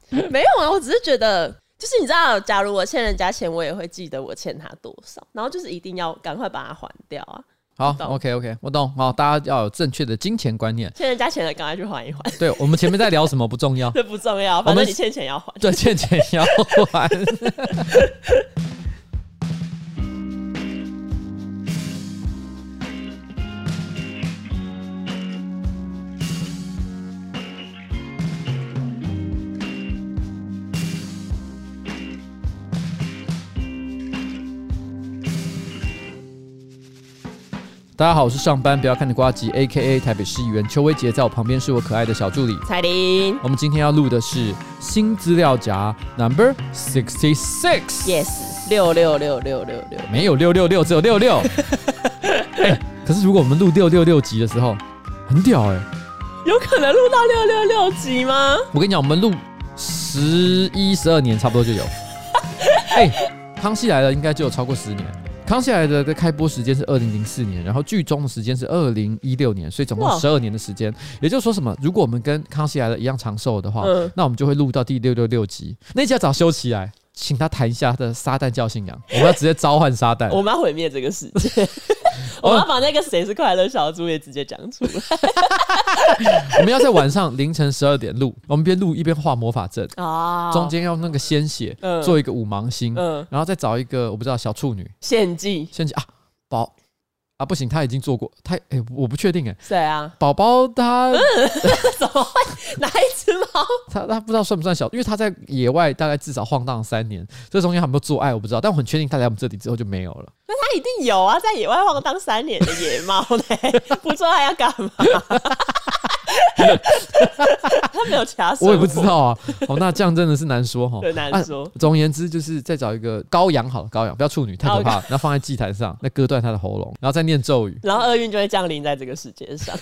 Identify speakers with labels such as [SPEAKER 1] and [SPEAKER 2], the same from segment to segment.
[SPEAKER 1] 没有啊，我只是觉得，就是你知道，假如我欠人家钱，我也会记得我欠他多少，然后就是一定要赶快把它还掉啊。
[SPEAKER 2] 好
[SPEAKER 1] 懂
[SPEAKER 2] ，OK OK，我懂。好，大家要有正确的金钱观念。
[SPEAKER 1] 欠人家钱的，赶快去还一还，，
[SPEAKER 2] 对我们前面在聊什么不重要
[SPEAKER 1] 这不重要，
[SPEAKER 2] 们
[SPEAKER 1] 反正你欠钱要还。
[SPEAKER 2] 对，欠钱要还。大家好，我是上班不要看的瓜吉，A K A 台北市议员邱威杰，在我旁边是我可爱的小助理
[SPEAKER 1] 彩铃
[SPEAKER 2] 我们今天要录的是新资料夹 Number Sixty Six，
[SPEAKER 1] ，yes，六六六六六六，
[SPEAKER 2] 没有六六六，只有六六。哎可是如果我们录六六六集的时候，很屌哎、
[SPEAKER 1] 有可能录到六六六集吗？
[SPEAKER 2] 我跟你讲，我们录十一、十二年差不 多就有。哎、康熙来了应该就有超过十年。康熙来了的开播时间是二零零四年，然后剧中的时间是二零一六年，所以总共
[SPEAKER 1] 哇
[SPEAKER 2] 十二年的时间。也就是说，什么？如果我们跟康熙来了一样长寿的话，
[SPEAKER 1] 嗯
[SPEAKER 2] 那我们就会录到第六六六集。那就要找修齐来，请他谈一下他的撒旦 教信仰。我们要直接召唤撒旦。
[SPEAKER 1] 我们要毁灭这个世 界，我们要把那个谁是快乐小猪也直接讲出来。
[SPEAKER 2] 我们要在晚上凌晨十二点录，我们边录一边画魔法阵，
[SPEAKER 1] 啊
[SPEAKER 2] 中间要用那个鲜血
[SPEAKER 1] 嗯
[SPEAKER 2] 做一个五芒星，
[SPEAKER 1] 嗯
[SPEAKER 2] 然后再找一个我不知道小处女，
[SPEAKER 1] 献祭
[SPEAKER 2] 先啊宝啊不行，他已经做过，他哎、我不确定哎、
[SPEAKER 1] 谁啊？
[SPEAKER 2] 宝宝他
[SPEAKER 1] 怎么会 哪一只猫？
[SPEAKER 2] 他他不知道算不算小，因为他在野外大概至少晃荡三年，这中间有没有做爱我不知道，但我很确定他来我们这里之后就没有了。
[SPEAKER 1] 那它一定有啊，在野外晃荡三年的野猫 呢，不知道它要干嘛。它没有其他生活
[SPEAKER 2] 我也不知。道啊，哦，那这样真的是难说哈，
[SPEAKER 1] 对难
[SPEAKER 2] 啊
[SPEAKER 1] 说
[SPEAKER 2] 总而言之，就是再找一个羔羊好了，羔羊不要处女太可怕了，然后放在祭坛上，再割断他的喉咙，然后再念咒语。
[SPEAKER 1] 然后厄运就会降临在这个世界上。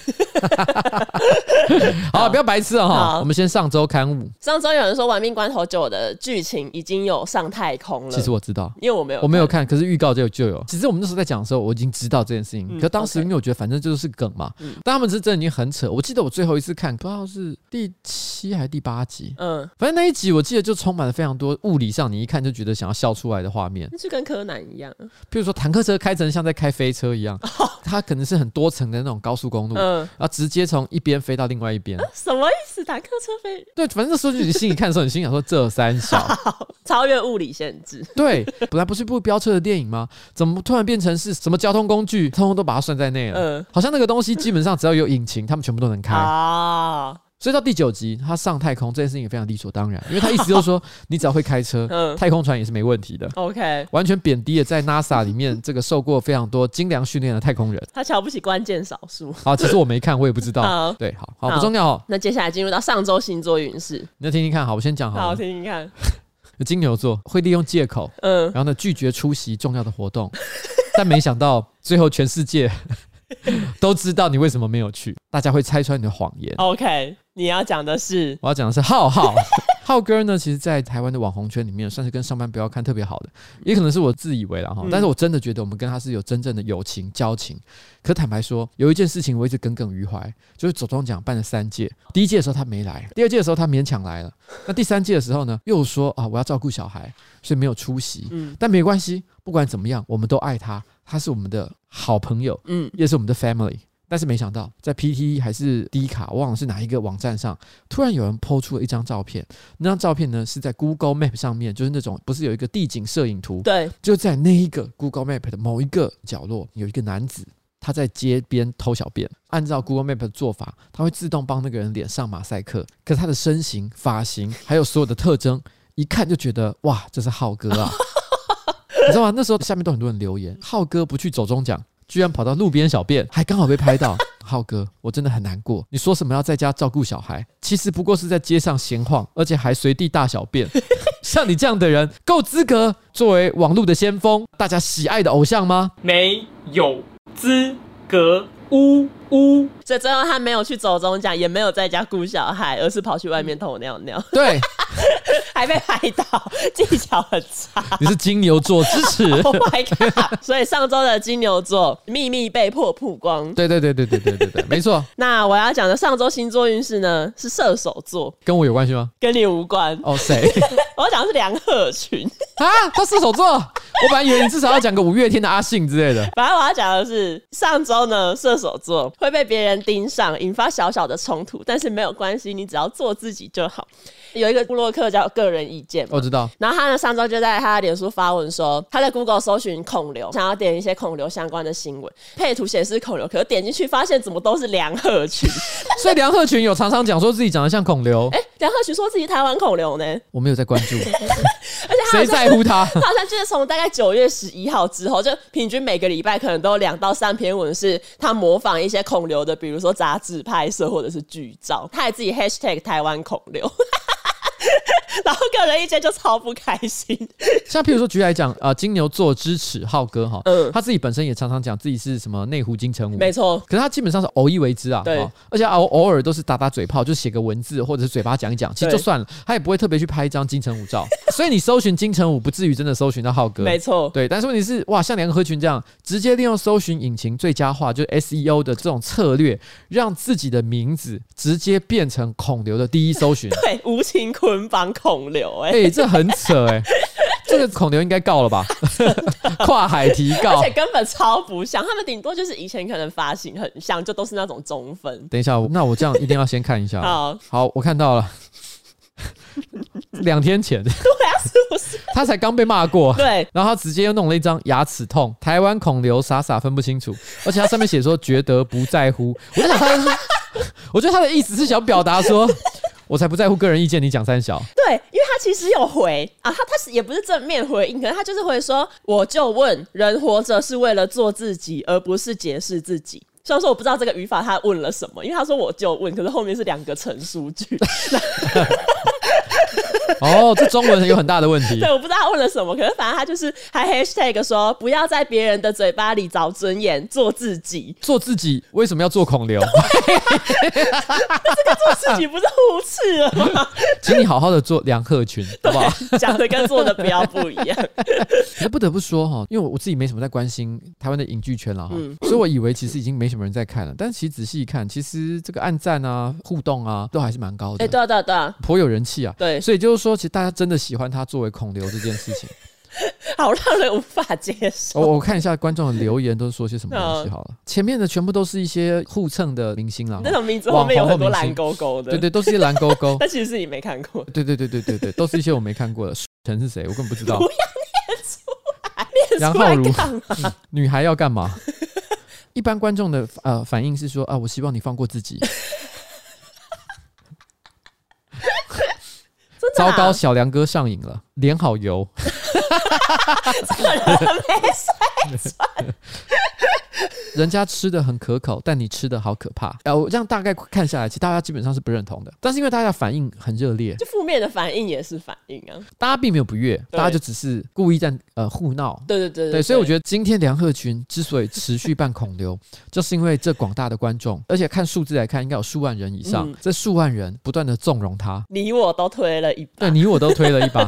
[SPEAKER 2] 好，不要白痴了哦哈，
[SPEAKER 1] 好
[SPEAKER 2] 我们先上周刊物，
[SPEAKER 1] 上周有人说《玩命关头九》的剧情已经有上太空了，
[SPEAKER 2] 其实我知道。
[SPEAKER 1] 因为我没有，
[SPEAKER 2] 我没有看，可是预告就有就有。其实我们那时候在讲的时候，我已经知道这件事情，
[SPEAKER 1] 嗯
[SPEAKER 2] 可当时因为我觉得反正就是梗嘛，但他们是真的已经很扯。我记得我最后一次看，不知道是第七还是第八集，
[SPEAKER 1] 嗯，
[SPEAKER 2] 反正那一集我记得就充满了非常多物理上你一看就觉得想要笑出来的画 面，
[SPEAKER 1] 那就跟柯南一样，
[SPEAKER 2] 譬如说坦克车开成像在开飞 车一样，它可能是很多层的那种高速公路，然
[SPEAKER 1] 嗯，
[SPEAKER 2] 后直接从一边飞到另外 一边。
[SPEAKER 1] 什么意思？坦克车飞
[SPEAKER 2] 对，反正那时候就你心里看的时候，你心想说这三小，
[SPEAKER 1] 超越物理限制，
[SPEAKER 2] 对，本来不是一部飙车的电影吗？怎么突然变成是什么交通工具，通通都把它算在内了？
[SPEAKER 1] 嗯
[SPEAKER 2] 好像那个东西基本上只要有引擎，他们全部都能开。
[SPEAKER 1] 啊，
[SPEAKER 2] 所以到第九集，他上太空这件事情也非常理所当然，因为他一直都说你只要会开车，
[SPEAKER 1] 嗯
[SPEAKER 2] 太空船也是没问题的。
[SPEAKER 1] ，OK，
[SPEAKER 2] 完全贬低了在 NASA 里面这个受过非常多精良训练的太空人。
[SPEAKER 1] 他瞧不起关键少数。
[SPEAKER 2] 好，其实我没看，我也不知 道。
[SPEAKER 1] 好
[SPEAKER 2] 对，好好
[SPEAKER 1] 啊好
[SPEAKER 2] 不重要、哦，
[SPEAKER 1] 那接下来进入到上周星座运势，
[SPEAKER 2] 你要听听看。好，我先讲好
[SPEAKER 1] 好
[SPEAKER 2] 了。
[SPEAKER 1] 听听看，
[SPEAKER 2] 金牛座会利用借口，
[SPEAKER 1] 嗯，
[SPEAKER 2] 然后呢拒绝出席重要的活 动，但没想到最后全世界 都知道你为什么没有去，大家会拆穿你的谎言。
[SPEAKER 1] OK，你要讲的是
[SPEAKER 2] 我要讲的是浩 浩。浩哥呢，其实，在台湾的网红圈里面，算是跟上班不要看特别好的，也可能是我自以为啦哈。
[SPEAKER 1] 嗯
[SPEAKER 2] 但是我真的觉得我们跟他是有真正的友情交情。可坦白说，有一件事情我一直耿耿于怀，就是走中奖办了三届，第一届的时候他没来，第二届的时候他勉强来了，那第三届的时候呢，又说啊我要照顾小孩，所以没有出席。
[SPEAKER 1] 嗯
[SPEAKER 2] 但没关系，不管怎么样，我们都爱他，他是我们的好朋友，
[SPEAKER 1] 嗯
[SPEAKER 2] 也是我们的 family。但是没想到，在 PT 还是 D 卡，忘了是哪一个网站上，突然有人抛出了一张照片。那张照片呢是在 Google Map 上面，就是那种不是有一个地景摄影图，
[SPEAKER 1] 对，
[SPEAKER 2] 就在那一个 Google Map 的某一个角落，有一个男子他在街边偷小便。按照 Google Map 的做法，他会自动帮那个人脸上马赛克，可是他的身形、发型还有所有的特征，一看就觉得哇，这是浩哥啊！你知道吗？那时候下面都很多人留言，浩哥不去走中奖，居然跑到路边小便，还刚好被拍到。浩哥，我真的很难过。你说什么要在家照顾小孩，其实不过是在街上闲晃，而且还随地大小便。像你这样的人，够资格作为网络的先锋，大家喜爱的偶像吗？
[SPEAKER 3] 没有资格。呜呜，
[SPEAKER 1] 所以最后他没有去走中奖，也没有在家顾小孩，而是跑去外面偷尿尿。
[SPEAKER 2] 对，
[SPEAKER 1] 还被拍到，技巧很 差。
[SPEAKER 2] 你是金牛座支持？
[SPEAKER 1] Oh my god！所以上周的金牛座秘密被迫曝光。
[SPEAKER 2] 对对对对对对对对，没错，
[SPEAKER 1] 那我要讲的上周星座运势呢是射手座，
[SPEAKER 2] 跟我有关系吗？
[SPEAKER 1] 跟你无关。
[SPEAKER 2] 哦，谁
[SPEAKER 1] 我要讲的是梁鹤群，
[SPEAKER 2] 啊？他射手座，我本来以为你至少要讲个五月天的阿信之类的。
[SPEAKER 1] 反正我要讲的是上周呢射手座会被别人盯上，引发小小的冲突，但是没有关系，你只要做自己就好。有一个布洛克叫个人意见嘛
[SPEAKER 2] 我知道，
[SPEAKER 1] 然后他呢，上周就在他的脸书发文说，他在 Google 搜寻孔刘，想要点一些孔刘相关的新闻，配图显示孔刘，可是点进去发现怎么都是梁鹤群。
[SPEAKER 2] 所以梁鹤群有常常讲说自己长得像孔刘，
[SPEAKER 1] 哎、梁鹤群说自己台湾孔刘呢，
[SPEAKER 2] 我没有在关注，
[SPEAKER 1] 而且他好像
[SPEAKER 2] 谁在乎他？
[SPEAKER 1] 他 好像就是从大概九月十一号之后，就平均每个礼拜可能都有两到三篇文是他模仿一些孔刘的，比如说杂志拍摄或者是剧照，他还自己 hashtag 台湾孔刘。 然后个人意见就超不开心，
[SPEAKER 2] 像譬如说，举例来讲，呃，金牛座支持浩哥哈，
[SPEAKER 1] 嗯
[SPEAKER 2] 他自己本身也常常讲自己是什么内湖金城武，
[SPEAKER 1] 没错，
[SPEAKER 2] 哦可是他基本上是偶一为之啊，
[SPEAKER 1] 对
[SPEAKER 2] 哦而且偶偶尔都是打打嘴炮，就写个文字或者是嘴巴讲一讲，其实就
[SPEAKER 1] 对
[SPEAKER 2] 算了，他也不会特别去拍一张金城 武照，所以你搜寻金城武不至于真的搜寻到浩哥，
[SPEAKER 1] 没错，
[SPEAKER 2] 对，但是问题是，哇，像联合群这样直接利用搜寻引擎最佳化，就是 SEO 的这种策略，让自己的名字直接变成孔刘的第 一搜寻，
[SPEAKER 1] 对，无情捆绑孔刘、哎、
[SPEAKER 2] 哎、这很扯哎、这个孔刘应该告 了吧？跨海提告
[SPEAKER 1] 而且。根本超不像，他们顶多就是以前可能发型很像，就都是那种中分。
[SPEAKER 2] 等一下，那我这样一定要先看一下。哦
[SPEAKER 1] 好，
[SPEAKER 2] 好，我看到了，两天前
[SPEAKER 1] 对啊，是不是？
[SPEAKER 2] 他才刚被骂过。
[SPEAKER 1] 对，
[SPEAKER 2] 然后他直接又弄了一张牙齿痛，台湾孔刘傻傻分不清楚，而且他上面写说觉得不在乎，我就想他的，我觉得他的意思是想表达说，我才不在乎个人意见，你讲三小，
[SPEAKER 1] 对，因为他其实有回啊，他他是也不是正面回应，可是他就是回说，我就问，人活着是为了做自己，而不是解释自己。虽然说我不知道这个语法他问了什么，因为他说我就问，可是后面是两个陈述句，
[SPEAKER 2] 哦，这中文有很大的问题
[SPEAKER 1] 对，。我不知道他问了什么，可是反正他就是还 hashtag 说不要在别人的嘴巴里找尊严，做自己，
[SPEAKER 2] 做自己为什么要做孔刘？
[SPEAKER 1] 做自己不是无耻哦了吗？
[SPEAKER 2] 请你好好的做梁鹤群，好不好？
[SPEAKER 1] 讲的跟做的不要不一样。
[SPEAKER 2] 可是不得不说哈，因为我自己没什么在关心台湾的影剧圈了哈，
[SPEAKER 1] 嗯
[SPEAKER 2] 所以我以为其实已经没什么人在看了，但其实仔细一看，其实这个按赞啊、互动啊，都还是蛮高的，
[SPEAKER 1] 哎、对啊，对啊，对啊，
[SPEAKER 2] 颇有人气啊。
[SPEAKER 1] 对，
[SPEAKER 2] 所以就是说，其实大家真的喜欢他作为孔刘这件事情。
[SPEAKER 1] 好让人无法接受。
[SPEAKER 2] 我、我看一下观众的留言都说些什么东西好了。前面的全部都是一些互蹭的明星啦，
[SPEAKER 1] 哦那种名字后
[SPEAKER 2] 网红
[SPEAKER 1] 面有很多
[SPEAKER 2] 或明星
[SPEAKER 1] 蓝勾勾的，。
[SPEAKER 2] 对对，都是一些蓝勾勾
[SPEAKER 1] 但其实是你没看过。
[SPEAKER 2] 对对对对对对，都是一些我没看过的。陈是谁？我根本不知道。
[SPEAKER 1] 念
[SPEAKER 2] 杨
[SPEAKER 1] 出
[SPEAKER 2] 浩
[SPEAKER 1] 来
[SPEAKER 2] 如
[SPEAKER 1] 干嘛？
[SPEAKER 2] 嗯女孩要干嘛？ 一般观众的呃反应是说啊，我希望你放过自己。
[SPEAKER 1] 真的、
[SPEAKER 2] 糟
[SPEAKER 1] 啊、
[SPEAKER 2] 糕，小梁哥上瘾了，脸好油。人家吃的很可口，但你吃的好可怕。呃，我这样大概看下来，其实大家基本上是不认同的，但是因为大家反应很热烈，
[SPEAKER 1] 就负面的反应也是反应啊。
[SPEAKER 2] 大家并没有不悦，
[SPEAKER 1] 对
[SPEAKER 2] 大家就只是故意在呃互闹。
[SPEAKER 1] 对对对对
[SPEAKER 2] 对，所以我觉
[SPEAKER 1] 得
[SPEAKER 2] 得今天梁鹤群之所以持续办孔流， 就是因为这广大的观众，而且看数字来看，应该有数万人以上，
[SPEAKER 1] 嗯
[SPEAKER 2] 这数万人不断的纵容他，
[SPEAKER 1] 你我都推了一把
[SPEAKER 2] 对。你我都推了一把，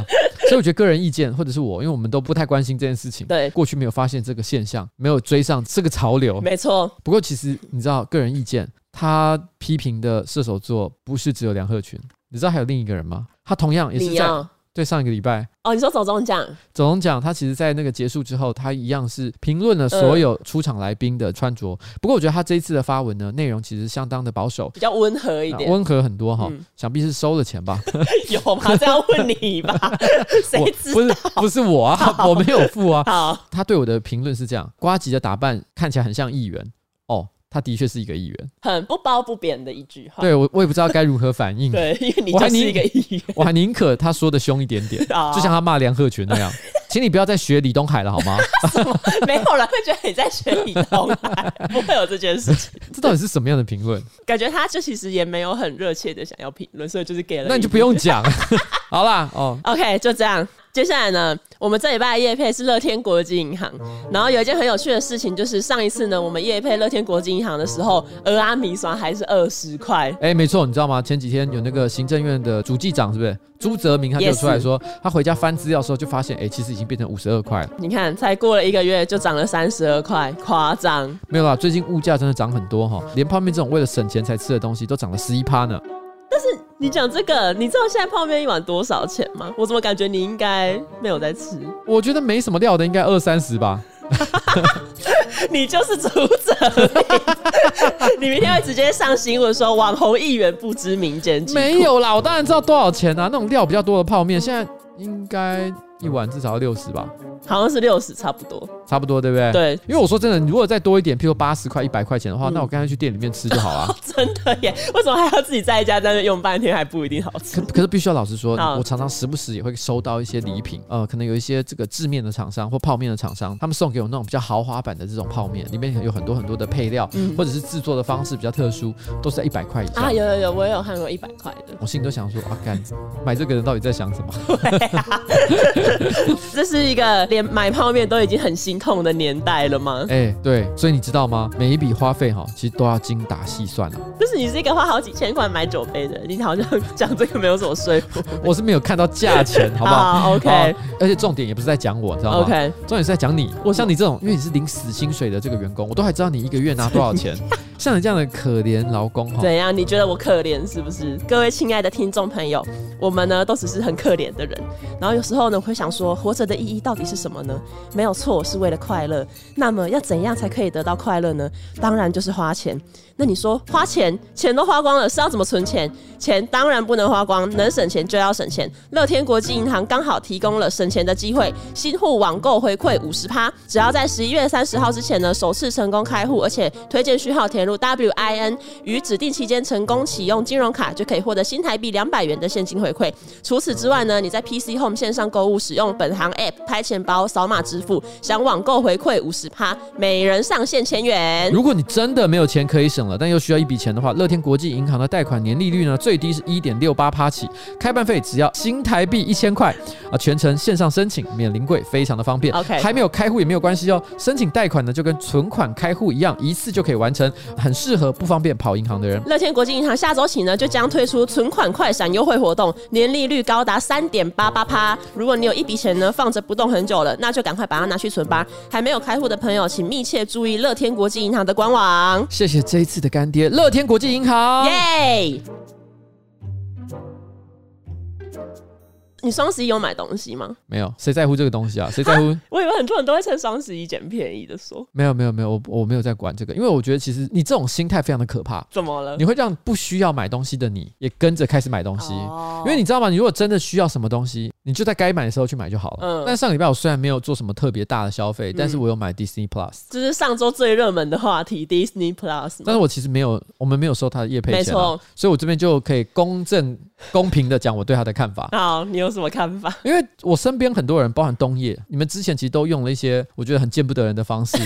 [SPEAKER 2] 所以我觉得个人意见或者是我，因为我们都不太关心这件事情，
[SPEAKER 1] 对
[SPEAKER 2] 过去没有发现这个现象，没有追上这个潮流。
[SPEAKER 1] 没错，
[SPEAKER 2] 不过其实你知道，个人意见他批评的射手座不是只有梁鹤群，你知道还有另一个人吗？他同样也是
[SPEAKER 1] 你
[SPEAKER 2] 在
[SPEAKER 1] 要
[SPEAKER 2] 对上一个礼拜
[SPEAKER 1] 哦，你说走中奖，
[SPEAKER 2] 总统奖，他其实在那个结束之后，他一样是评论了
[SPEAKER 1] 嗯
[SPEAKER 2] 所有出场来宾的穿着。不过我觉得他这一次的发文呢，内容其实相当的保守。
[SPEAKER 1] 比较温和一
[SPEAKER 2] 啊
[SPEAKER 1] 点，
[SPEAKER 2] 温和很多哈，
[SPEAKER 1] 嗯
[SPEAKER 2] 想必是收了 钱吧？
[SPEAKER 1] 有吗？这要问你 吧，
[SPEAKER 2] 我
[SPEAKER 1] 谁知
[SPEAKER 2] 不是不是我啊，我没有付啊。
[SPEAKER 1] 道？
[SPEAKER 2] 他对我的评论是这样：瓜吉的打扮看起来很像议员哦，他的确是一个议员。
[SPEAKER 1] 很不褒不贬的一句话。
[SPEAKER 2] 对我，我也不知道该如何反应。
[SPEAKER 1] 哦 对，因为你
[SPEAKER 2] 我还
[SPEAKER 1] 就是
[SPEAKER 2] 宁
[SPEAKER 1] 一个 议员。
[SPEAKER 2] 我还宁可他说的凶一点点，
[SPEAKER 1] 啊
[SPEAKER 2] 就像他骂梁鹤 群那样。请你不要再学李东海了好吗？
[SPEAKER 1] 没有人会觉得你在学李东海，不会有这件事情。
[SPEAKER 2] 这到底是什么样的评论？
[SPEAKER 1] 感觉他就其实也没有很热切的想要评论，所以就是给了。
[SPEAKER 2] 那你就不。用讲。好啦，哦，
[SPEAKER 1] OK，就这样。接下来呢，我们这礼拜的夜配是乐天国际银行。然后有一件很有趣的事情，就是上一次呢，我们夜配乐天国际银行的时候，俄阿米刷还是二十块。
[SPEAKER 2] 哎、没错，你知道吗？前几天有那个行政院的主计长，是不是朱泽明，他就
[SPEAKER 1] Yes
[SPEAKER 2] 出来说他回家翻资料的时候就发现，哎、其实已经变成五十二块了。
[SPEAKER 1] 你看，才过了一个月就涨了三十二块，夸张。
[SPEAKER 2] 没有啦，最近物价真的涨很多哈，连泡面这种为了省钱才吃的东西都涨了十一趴呢。
[SPEAKER 1] 你讲这个，你知道现在泡面一碗多少钱吗？我怎么感觉你应该没有在吃？
[SPEAKER 2] 我觉得没什么料的，应该二三十吧。
[SPEAKER 1] 你就是主者，你明天会直接上新闻说网红议员不知民间疾苦
[SPEAKER 2] 没有啦，我当然知道多少钱啊，那种料比较多的泡面，现在应该一碗至少要六十吧，
[SPEAKER 1] 好像是六十差不多。
[SPEAKER 2] 差不多对不对？。
[SPEAKER 1] 对，
[SPEAKER 2] 因为我说真的，你如果再多一点，譬如八十块、一百块钱的话，
[SPEAKER 1] 嗯
[SPEAKER 2] 那我干脆去店里面吃就好 啊。
[SPEAKER 1] 真的耶，为什么还要自己在家在那用半天还不一定好
[SPEAKER 2] 可
[SPEAKER 1] 吃？
[SPEAKER 2] 可是必须要老实说，
[SPEAKER 1] 好
[SPEAKER 2] 我常常时不时也会收到一些礼品，呃，可能有一些这个制面的厂商或泡面的厂商，他们送给我那种比较豪华版的这种泡面，里面有很多很多的配料，
[SPEAKER 1] 嗯
[SPEAKER 2] 或者是制作的方式比较特殊，都是在一百块以上。
[SPEAKER 1] 啊，有有有，我也有看过一百块的，
[SPEAKER 2] 我心里都想说，啊，干，买这个人到底在想什么？
[SPEAKER 1] 这是一个连买泡面都已经很心痛的年代了 吗？
[SPEAKER 2] 哎、对，所以你知道吗？每一笔花费哈，其实都要精打细算啊。
[SPEAKER 1] 就是你是一个花好几千块买酒杯的，你好像讲这个没有什么说服。
[SPEAKER 2] 我是没有看到价钱，好不好？
[SPEAKER 1] 好，OK
[SPEAKER 2] 好而且重点也不是在讲我，你知道吗
[SPEAKER 1] OK，
[SPEAKER 2] 重点是在讲你。我像你这种，因为你是领死薪水的这个员工，我都还知道你一个月拿多少钱。像你这样的可怜劳工哈，
[SPEAKER 1] 怎样？你觉得我可怜是不是？各位亲爱的听众朋友，我们呢都只是很可怜的人。然后有时候呢，我会想说，活着的意义到底是什么呢？没有错，是为了快乐。那么要怎样才可以得到快乐呢？当然就是花钱。那你说花钱，钱都花光了，是要怎么存钱？钱当然不能花光，能省钱就要省钱。乐天国际银行刚好提供了省钱的机会，新户网购回馈五十趴，只要在十一月三十号之前呢，首次成功开户，而且推荐序号填入 WIN，于指定期间成功启用金融卡，就可以获得新台币两百元的现金回馈。除此之外呢，你在 PC Home 线上购物使用本行 App 拍钱包、扫码支付，享网购回馈五十趴，每人上限千元。
[SPEAKER 2] 如果你真的没有钱可以省了，但又需要一笔钱的话，乐天国际银行的贷款年利率呢，最低是一点六八趴起，开办费只要新台币一千块啊，全程线上申请，免临柜，非常的方便。
[SPEAKER 1] OK
[SPEAKER 2] 还没有开户也没有关系哦，申请贷款呢就跟存款开户一样，一次就可以完成，很适合不方便跑银行的人。
[SPEAKER 1] 乐天国际银行下周起呢，就将推出存款快闪优惠活动，年利率高达三点八八趴。如果你有一笔钱呢放着不动很久了，那就赶快把它拿去存吧。还没有开户的朋友，请密切注意乐天国际银行的官网。
[SPEAKER 2] 谢谢这一次的干爹乐天国际
[SPEAKER 1] 哦
[SPEAKER 2] 银行。
[SPEAKER 1] 耶！你双十一有买东西吗？
[SPEAKER 2] 没有，谁在乎这个东西啊？谁在乎？
[SPEAKER 1] 我以为很多人都会趁双十一捡便宜的说，
[SPEAKER 2] 没有没有没有，我我没有在管这个，因为我觉得其实你这种心态非常的可怕。
[SPEAKER 1] 怎么了
[SPEAKER 2] 你？会让不需要买东西的你也跟着开始买东西，
[SPEAKER 1] 哦
[SPEAKER 2] 因为你知道吗？你如果真的需要什么东西，你就在该买的时候去买就好了。
[SPEAKER 1] 嗯
[SPEAKER 2] 但上礼拜我虽然没有做什么特别大的消费，但是我有买 Disney Plus，、
[SPEAKER 1] 这是上周最热门的话题，Disney Plus
[SPEAKER 2] 但
[SPEAKER 1] 嘛。
[SPEAKER 2] 是我其实没有，我们没有收它的业配
[SPEAKER 1] 没
[SPEAKER 2] 钱啊、
[SPEAKER 1] 错
[SPEAKER 2] 所以我这边就可以公正公平的讲我对它的看法。
[SPEAKER 1] 好，你有什么看法？
[SPEAKER 2] 因为我身边很多人，包含东野，你们之前其实都用了一些我觉得很见不得人的方式，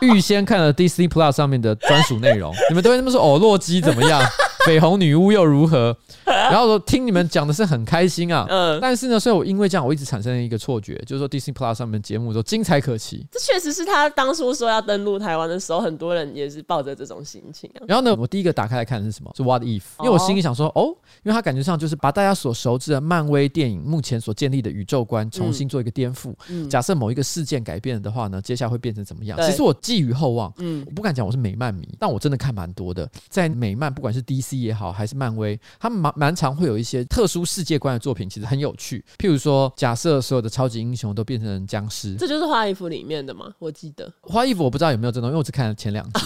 [SPEAKER 2] 预先看了 Disney Plus 上面的专属内容， 你们都会这么说哦，洛基怎么样，绯红女巫又如何？然后我听你们讲的是很开心啊，
[SPEAKER 1] 嗯
[SPEAKER 2] 但是呢，所以我因为这样，我一直产生了一个错觉，就是说 Disney Plus 上面的节目都精彩可期。
[SPEAKER 1] 这确实是他当初说要登陆台湾的时候，很多人也是抱着这种心情啊。
[SPEAKER 2] 然后呢，我第一个打开来看的是什么？是 What If？因为我心里想说，哦，因为它感觉上就是把大家所熟知的漫威电影目前所建立的宇宙观重新做一个颠覆。
[SPEAKER 1] 嗯
[SPEAKER 2] 假设某一个事件改变了的话呢，接下来会变成怎么样？
[SPEAKER 1] 对
[SPEAKER 2] 其实我寄予厚望。
[SPEAKER 1] 嗯
[SPEAKER 2] 我不敢讲我是美漫迷，但我真的看蛮多的。在美漫，不管是 DC 也好，还是漫威，他们蛮蛮常会有一些特殊世界观的作品，其实很有趣。譬如说，假设所有的超级英雄都变成僵尸，
[SPEAKER 1] 这就是花衣服里面的嘛，我记得。
[SPEAKER 2] 花衣服我不知道有没有这种，因为我只看了前两 集。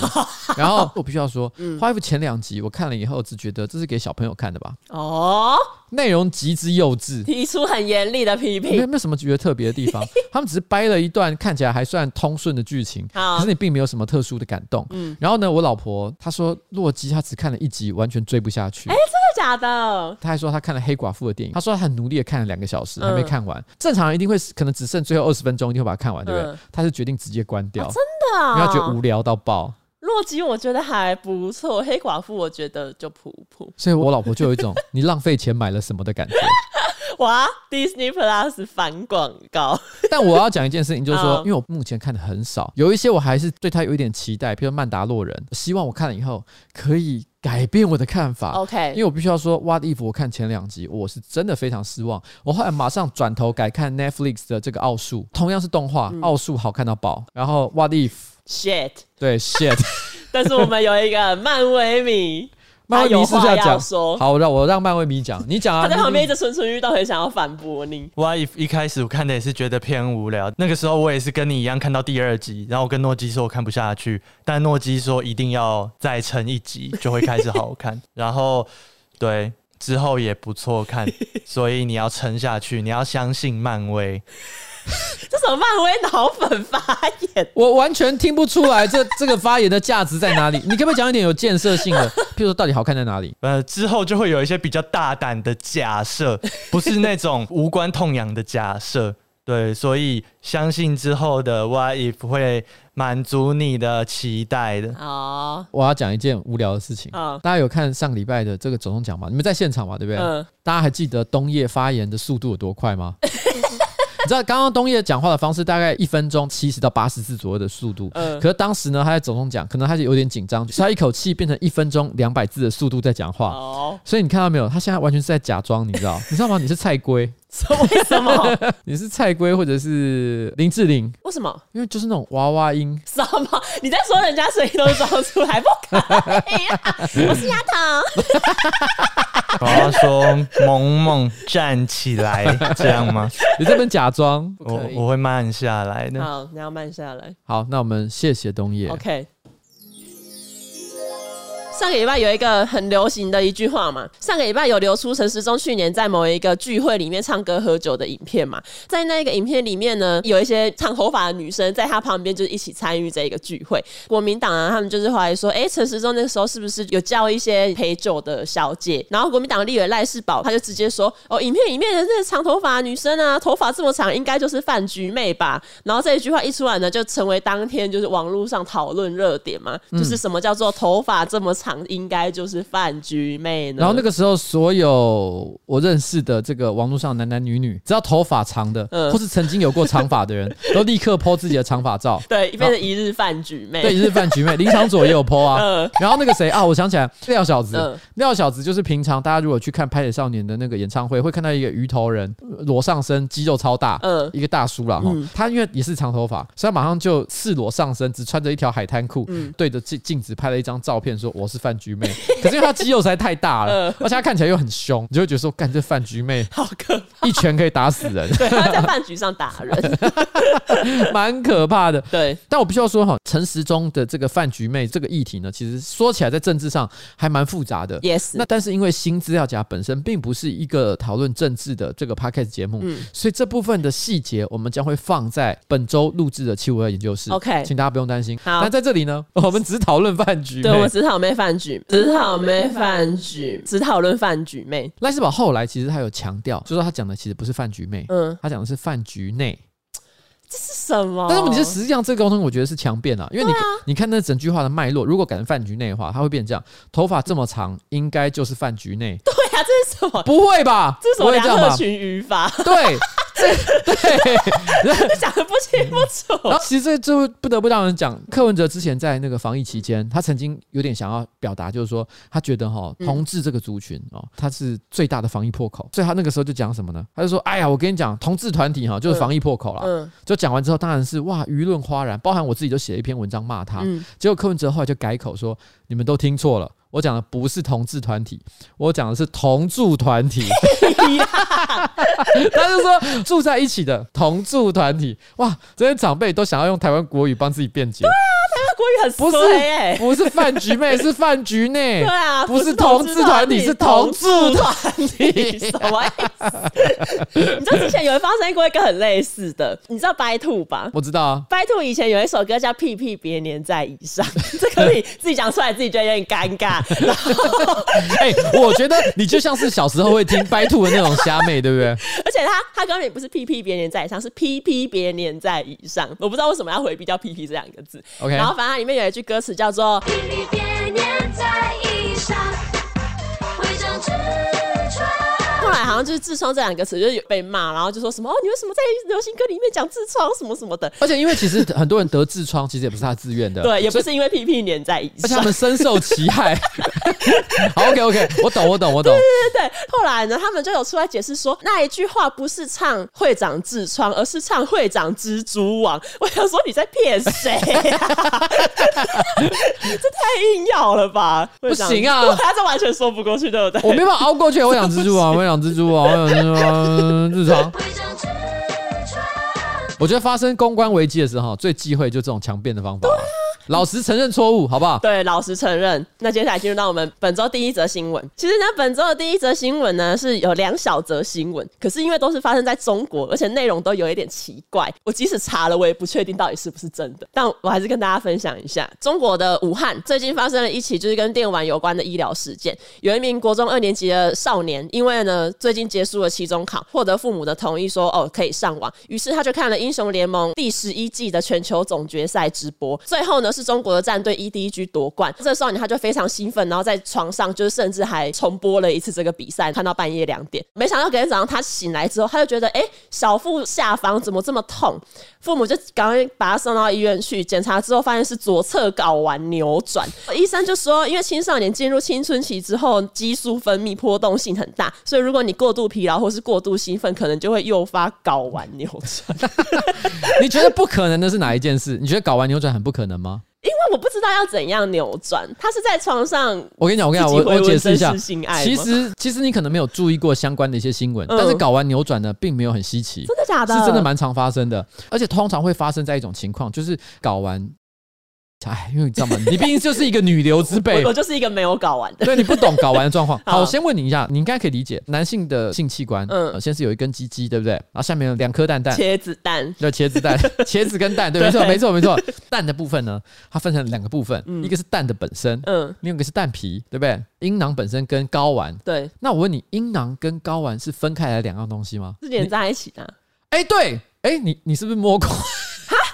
[SPEAKER 2] 然后我必须要说，
[SPEAKER 1] 嗯
[SPEAKER 2] 花衣服前两集我看了以后，只觉得这是给小朋友看的吧，
[SPEAKER 1] 哦，
[SPEAKER 2] 内容极之幼 稚。
[SPEAKER 1] 提出很严厉的批
[SPEAKER 2] 没有
[SPEAKER 1] 评。
[SPEAKER 2] 没有什么觉得特别的地方， 他们只是掰了一段看起来还算通顺的剧情，
[SPEAKER 1] 好嗯
[SPEAKER 2] 可是你并没有什么特殊的感动。然后呢，我老婆她说洛基她只看了一集，完全追不下去。
[SPEAKER 1] 真的假的？
[SPEAKER 2] 她还说她看了黑寡妇的电影，她说她很努力的看了两个小时，还没
[SPEAKER 1] 嗯
[SPEAKER 2] 看完。正常人一定会可能只剩最后二十分钟，一定会把它看完，对不对？
[SPEAKER 1] 嗯
[SPEAKER 2] 她是决定直接关掉，
[SPEAKER 1] 真的啊
[SPEAKER 2] 因为她觉得无聊到爆。
[SPEAKER 1] 洛基我觉得还不错，黑寡妇我觉得就普普。
[SPEAKER 2] 所以我老婆就有一种你浪费钱买了什么的感觉。
[SPEAKER 1] 哇，Disney Plus 反广告，
[SPEAKER 2] 但我要讲一件事情，就是说
[SPEAKER 1] 嗯，
[SPEAKER 2] 因为我目前看的很少，有一些我还是对他有一点期待，比如《曼达洛人》，希望我看了以后可以改变我的看法。
[SPEAKER 1] OK
[SPEAKER 2] 啊因为我必须要说，《What If》我看前两集，我是真的非常失望。我后来马上转头改看 Netflix 的这个《奥数》，同样是动画，
[SPEAKER 1] 嗯
[SPEAKER 2] 《奥数》好看到爆。然后《What If》
[SPEAKER 1] shit！
[SPEAKER 2] 对 shit，
[SPEAKER 1] 但是我们有一个漫威迷，
[SPEAKER 2] 漫威迷是不 是
[SPEAKER 1] 他有话要
[SPEAKER 2] 讲
[SPEAKER 1] 说？
[SPEAKER 2] 好，我让我让漫威迷讲，你讲啊。
[SPEAKER 1] 他在旁边一
[SPEAKER 2] 你
[SPEAKER 1] 直蠢蠢欲动，很想要反驳你。
[SPEAKER 4] What if 一开始我看的也是觉得偏无聊，那个时候我也是跟你一样看到第二集，然后我跟诺基说我看不下去，但诺基说一定要再撑一集就会开始好看，然后对之后也不错看，所以你要撑下去，你要相信漫威。
[SPEAKER 1] 这什么漫威脑粉发言？
[SPEAKER 2] 我完全听不出来这 这个发言的价值在哪里。你可不可以讲一点有建设性的？譬如说，到底好看在哪里？
[SPEAKER 4] 呃，之后就会有一些比较大胆的假设，不是那种无关痛痒的假设。对，所以相信之后的 What if 会满足你的期待的。
[SPEAKER 1] 哦，
[SPEAKER 2] 我要讲一件无聊的事情。
[SPEAKER 1] 嗯
[SPEAKER 2] 大家有看上礼拜的这个总统奖吗？你们在现场嘛，对不对？
[SPEAKER 1] 嗯
[SPEAKER 2] 大家还记得冬叶发言的速度有多快吗？ 你知道刚刚冬叶讲话的方式大概一分钟七十到八十字左右的速度，
[SPEAKER 1] 嗯
[SPEAKER 2] 可是当时呢，他在总统奖，可能他是有点紧张，所以他一口气变成一分钟两百字的速度在讲话。
[SPEAKER 1] 哦，
[SPEAKER 2] 所以你看到没有？他现在完全是在假装，你知道？你知道吗？你是蔡圭，
[SPEAKER 1] 所以为什么？
[SPEAKER 2] 你是蔡圭，或者是林志玲，
[SPEAKER 1] 为什么？
[SPEAKER 2] 因为就是那种娃 娃音。
[SPEAKER 1] 什么？你在说人家声音都装出来，不可以啊！我是牙糖，
[SPEAKER 4] 我要说“萌萌站起来”这样吗？
[SPEAKER 2] 你这边假装不
[SPEAKER 4] 我我会慢下来的。
[SPEAKER 1] 好，你要慢下来。
[SPEAKER 2] 好，那我们谢谢冬叶。
[SPEAKER 1] OK。上个礼拜有一个很流行的一句话嘛，上个礼拜有流出陈时中去年在某一个聚会里面唱歌喝酒的影片嘛，在那个影片里面呢，有一些长头发的女生在他旁边就是一起参与这一个聚会，国民党啊，他们就是怀疑说，哎、陈时中那个时候是不是有叫一些陪酒的小姐？然后国民党立委赖世宝他就直接说，哦，影片里面的那个长头发的女生啊，头发这么长，应该就是饭局妹吧？然后这一句话一出来呢，就成为当天就是网络上讨论热点嘛，
[SPEAKER 2] 嗯
[SPEAKER 1] 就是什么叫做头发这么长，应该就是饭局妹呢？
[SPEAKER 2] 然后那个时候，所有我认识的这个网络上的男男女女，只要头发长的，
[SPEAKER 1] 嗯
[SPEAKER 2] 或是曾经有过长发的人， 都立刻 po 自己的长发照。
[SPEAKER 1] 对，变成一日饭局妹，
[SPEAKER 2] 对，一日饭局妹林长佐也有 po 啊。
[SPEAKER 1] 嗯
[SPEAKER 2] 然后那个谁啊，我想起来，廖小子，
[SPEAKER 1] 嗯
[SPEAKER 2] 廖小子就是平常大家如果去看《拍野少年》的那个演唱会，会看到一个鱼头人，呃裸上身，肌肉超大，
[SPEAKER 1] 嗯
[SPEAKER 2] 一个大叔啦哈。他因为也是长头发，所以他马上就赤裸上身，只穿着一条海滩裤，
[SPEAKER 1] 嗯
[SPEAKER 2] 对着镜镜子拍了一张照片，说我是饭局妹。 可是因为他肌肉实在太大
[SPEAKER 1] 嗯
[SPEAKER 2] 了，而且他看起来又很凶，你就会觉得说，干这饭局妹
[SPEAKER 1] 好可怕，
[SPEAKER 2] 一拳可以打 死人，
[SPEAKER 1] 对，他在饭局上打人，
[SPEAKER 2] 蛮可怕的。
[SPEAKER 1] 对，
[SPEAKER 2] 但我必须要说哈，陈时中的这个饭局妹这个议题呢，其实说起来在政治上还蛮复杂的。
[SPEAKER 1] yes，
[SPEAKER 2] 那但是因为新资料夹本身并不是一个讨论政治的这个 podcast 节目，
[SPEAKER 1] 嗯
[SPEAKER 2] 所以这部分的细节我们将会放在本周录制的七五二研究室。
[SPEAKER 1] OK
[SPEAKER 2] 请大家不用担心。
[SPEAKER 1] 好
[SPEAKER 2] 那在这里呢， 我们只讨论饭局
[SPEAKER 1] 对，我
[SPEAKER 2] 妹
[SPEAKER 1] 们。只讨妹饭局，只讨妹饭局，只讨论饭局妹。
[SPEAKER 2] 赖世宝后来其实他有强调，就说他讲的其实不是饭局妹，
[SPEAKER 1] 嗯，
[SPEAKER 2] 他讲的是饭局内。
[SPEAKER 1] 这是什么？
[SPEAKER 2] 但是问题是，实际上这个沟通我觉得是强变啊，因为你、你看那整句话的脉络，如果改成饭局内的话，它会变成这样：头发这么长，应该就是饭局内，
[SPEAKER 1] 对呀、这是什么？
[SPEAKER 2] 不会吧？
[SPEAKER 1] 这是什
[SPEAKER 2] 不
[SPEAKER 1] 么
[SPEAKER 2] 会
[SPEAKER 1] 梁
[SPEAKER 2] 这样吧
[SPEAKER 1] 鹤？群语法？
[SPEAKER 2] 对，这对。
[SPEAKER 1] 这讲的不清不楚。
[SPEAKER 2] 然后其实这就不得不让人讲，柯文哲之前在那个防疫期间，他曾经有点想要表达，就是说他觉得哈
[SPEAKER 1] 嗯
[SPEAKER 2] 同志这个族群哦，他是最大的防疫破口，所以他那个时候就讲什么呢？他就说：“哎呀，我跟你讲，同志团体哈就是防疫破口啦。
[SPEAKER 1] 嗯，
[SPEAKER 2] 就讲完之后，当然是哇舆论哗然，包含我自己就写了一篇文章骂他。
[SPEAKER 1] 嗯
[SPEAKER 2] 结果柯文哲后来就改口说：“你们都听错了，我讲的不是同志团体，我讲的是同住 团体。”他就说住在一起的同住团体，哇，这些长辈都想要用台湾国语帮自己辩解，
[SPEAKER 1] 那国语很
[SPEAKER 2] 不是
[SPEAKER 1] 衰哎、
[SPEAKER 2] 不是饭局妹，是饭局内
[SPEAKER 1] 对。啊，
[SPEAKER 2] 不是
[SPEAKER 1] 同
[SPEAKER 2] 同志团体是同
[SPEAKER 1] 志团体，什么意思？ 你知道之前有人发生过一个很类似的，你知道白兔吧？
[SPEAKER 2] 我知道啊，
[SPEAKER 1] 白兔以前有一首歌叫《屁屁别粘在椅上》，这个你自己讲出来，自己觉得有点尴 尬。然后
[SPEAKER 2] 哎、我觉得你就像是小时候会听白兔的那种虾妹，对不对？
[SPEAKER 1] 而且他他根本也不是屁屁别粘在椅上，是屁屁别粘在椅上。我不知道为什么要回避掉屁屁这两个字。
[SPEAKER 2] OK
[SPEAKER 1] 然后反正它里面有一句歌词叫做
[SPEAKER 5] 一粒点粘在衣上，微张纸船。
[SPEAKER 1] 后来好像就是痔疮这两个词就是有被骂，然后就说什么哦，你为什么在流行歌里面讲痔疮什么什么的？
[SPEAKER 2] 而且因为其实很多人得痔疮，其实也不是他自愿的，
[SPEAKER 1] 对，也不是因为屁屁粘在椅
[SPEAKER 2] 呃而且
[SPEAKER 1] 上
[SPEAKER 2] 他。们深受其害。 好，OK OK，我懂，我懂，我懂。
[SPEAKER 1] 对，后来呢，他们就有出来解释说，那一句话不是唱会长痔疮，而是唱会长蜘蛛网。 我想说你在骗谁 呀？这太硬要了吧？不
[SPEAKER 2] 行啊
[SPEAKER 1] 他这完全说不过去，对不
[SPEAKER 2] 我
[SPEAKER 1] 对？
[SPEAKER 2] 没办法熬过去，我想蜘 蛛网，啊我想蜘蛛网，我想蜘蛛网，痔疮。我觉得发生公关危机的时候，最忌讳就这种强辩的方法了，啊老实承认错误，好不好？
[SPEAKER 1] 啊对，老实承认。那接下来进入到我们本周第一则新闻。其实呢，本周的第一则新闻呢是有两小则新闻，可是因为都是发生在中国，而且内容都有一点奇怪，我即使查了，我也不确定到底是不是真的。但我还是跟大家分享一下，中国的武汉最近发生了一起就是跟电玩有关的医疗事件。有一名国中二年级的少年，因为呢最近结束了期中考，获得父母的同意说哦可以上网，于是他就看了《英雄联盟》第十一季的全球总决赛直播。最后呢是中国的战队一 d g 夺冠，这少年他就非常兴奋，然后在床上就是甚至还重播了一次这个比赛，看到半夜两点。没想到隔天早上他醒来之后，他就觉得哎、诶小腹下方怎么这么痛？父母就赶快把他送到医院去检查之后，发现是左侧睾丸扭转。医生就说，因为青少年进入青春期之后，激素分泌波动性很大，所以如果你过度疲劳或是过度兴奋，可能就会诱发睾丸扭 转。
[SPEAKER 2] 你觉得不可能的是哪一件事？你觉得搞完扭转很不可能吗？
[SPEAKER 1] 因为我不知道要怎样扭转，他是在床上
[SPEAKER 2] 我跟你讲，我跟你讲，
[SPEAKER 1] 自己
[SPEAKER 2] 我
[SPEAKER 1] 回
[SPEAKER 2] 我
[SPEAKER 1] 温
[SPEAKER 2] 解释一下
[SPEAKER 1] 真实性爱吗。
[SPEAKER 2] 其实其实你可能没有注意过相关的一些新闻，
[SPEAKER 1] 嗯
[SPEAKER 2] 但是搞完扭转呢，并没有很稀奇，
[SPEAKER 1] 真的假的？
[SPEAKER 2] 是真的蛮常发生的，而且通常会发生在一种情况，就是搞完，哎，因为你知道吗？你毕竟就是一个女流之辈
[SPEAKER 1] 我，我就是一个没有睾丸的。
[SPEAKER 2] 对你不懂睾丸的状况。
[SPEAKER 1] 好
[SPEAKER 2] 好，我先问你一下，你应该可以理解男性的性器官，
[SPEAKER 1] 嗯
[SPEAKER 2] 嗯、先是有一根鸡鸡，对不对？然后下面有两颗蛋蛋。
[SPEAKER 1] 茄子蛋，
[SPEAKER 2] 叫茄 子蛋，茄子跟蛋，对，
[SPEAKER 1] 对
[SPEAKER 2] 没错，没错，没错。蛋的部分呢，它分成两个部分，一个是蛋的本身，
[SPEAKER 1] 嗯，
[SPEAKER 2] 另一个是蛋皮，对不对？阴囊本身跟睾丸。
[SPEAKER 1] 对，
[SPEAKER 2] 那我问你，阴囊跟睾丸是分开来两样东西吗？
[SPEAKER 1] 是连在一起的啊、
[SPEAKER 2] 哎，对，哎，你你是不是摸过？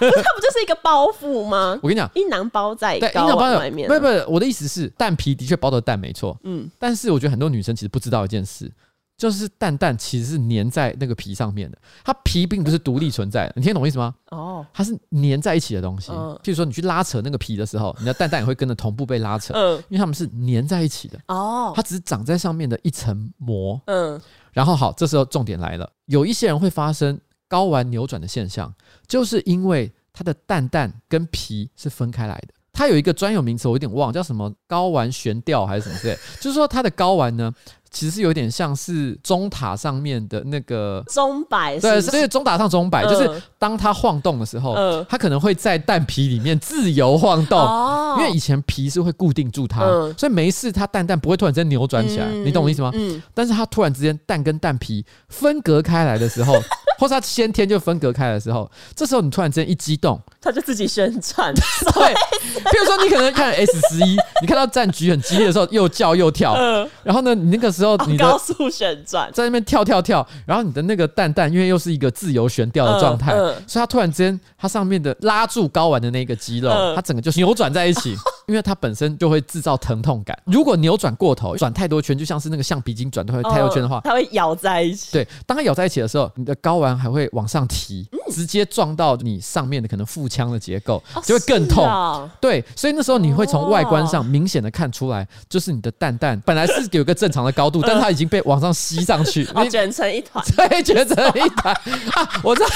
[SPEAKER 1] 它不就是一个包覆吗？
[SPEAKER 2] 我跟你讲，
[SPEAKER 1] 一囊包在
[SPEAKER 2] 对，阴
[SPEAKER 1] 睾
[SPEAKER 2] 囊包
[SPEAKER 1] 丸
[SPEAKER 2] 有
[SPEAKER 1] 外面啊、
[SPEAKER 2] 不不，我的意思是，蛋皮的确包的蛋没错，
[SPEAKER 1] 嗯
[SPEAKER 2] 嗯，但是我觉得很多女生其实不知道一件事，就是蛋蛋其实是粘在那个皮上面的，它皮并不是独立存在的，你听得懂我意思吗？
[SPEAKER 1] 哦，
[SPEAKER 2] 它是粘在一起的东西，
[SPEAKER 1] 嗯
[SPEAKER 2] 譬如说你去拉扯那个皮的时候，你的蛋蛋也会跟着同步被拉扯，
[SPEAKER 1] 嗯，
[SPEAKER 2] 因为它们是粘在一起的，
[SPEAKER 1] 哦，
[SPEAKER 2] 它只是长在上面的一层膜。
[SPEAKER 1] 嗯，
[SPEAKER 2] 然后好，这时候重点来了，有一些人会发生睾丸扭转的现象，就是因为它的蛋蛋跟皮是分开来的。它有一个专有名词，我有点忘，叫什么睾丸悬吊还是什么之类。就是说它的睾丸呢，其实有点像是钟塔上面的那个，
[SPEAKER 1] 钟摆
[SPEAKER 2] 对，
[SPEAKER 1] 是
[SPEAKER 2] 所以钟塔上钟摆，
[SPEAKER 1] 嗯
[SPEAKER 2] 就是当它晃动的时候，
[SPEAKER 1] 嗯
[SPEAKER 2] 它可能会在蛋皮里面自由晃动。
[SPEAKER 1] 哦
[SPEAKER 2] 因为以前皮是会固定住它，
[SPEAKER 1] 嗯
[SPEAKER 2] 所以没事，它蛋蛋不会突然间扭转起来，你懂我意思吗？
[SPEAKER 1] 嗯，
[SPEAKER 2] 但是它突然之间蛋跟蛋皮分隔开来的时 候，或是它先天就分隔开来的时候，这时候你突然之间一激动，
[SPEAKER 1] 他就自己宣传，
[SPEAKER 2] 对，比如说你可能看 S 十一，你看到战局很激烈的时候，又叫又跳，
[SPEAKER 1] 嗯，哦
[SPEAKER 2] 然后呢，你那个时候 你
[SPEAKER 1] 高
[SPEAKER 2] 的
[SPEAKER 1] 速旋转，
[SPEAKER 2] 在那边跳跳跳，然后你的那个蛋蛋因为又是一个自由悬吊的状态，
[SPEAKER 1] 嗯嗯
[SPEAKER 2] 所以它突然之间它上面的拉住睾丸的那个肌肉，
[SPEAKER 1] 嗯
[SPEAKER 2] 它整个就扭转在一 起。因为它本身就会制造疼痛感，如果扭转过头，转太多圈，就像是那个橡皮筋转太多太多圈的话
[SPEAKER 1] 嗯，它会咬在一起，
[SPEAKER 2] 对，当它咬在一起的时候，你的睾丸还会往上提，
[SPEAKER 1] 嗯
[SPEAKER 2] 直接撞到你上面的可能腹腔的结构，就会更痛。
[SPEAKER 1] 哦是啊
[SPEAKER 2] 对，所以那时候你会从外观
[SPEAKER 1] 哦
[SPEAKER 2] 上明显的看出来，就是你的蛋蛋本来是有个正常的高度，但它已经被往上吸上去，
[SPEAKER 1] 哦，
[SPEAKER 2] 你
[SPEAKER 1] 卷成一团，
[SPEAKER 2] 对，觉得一团啊！我知道，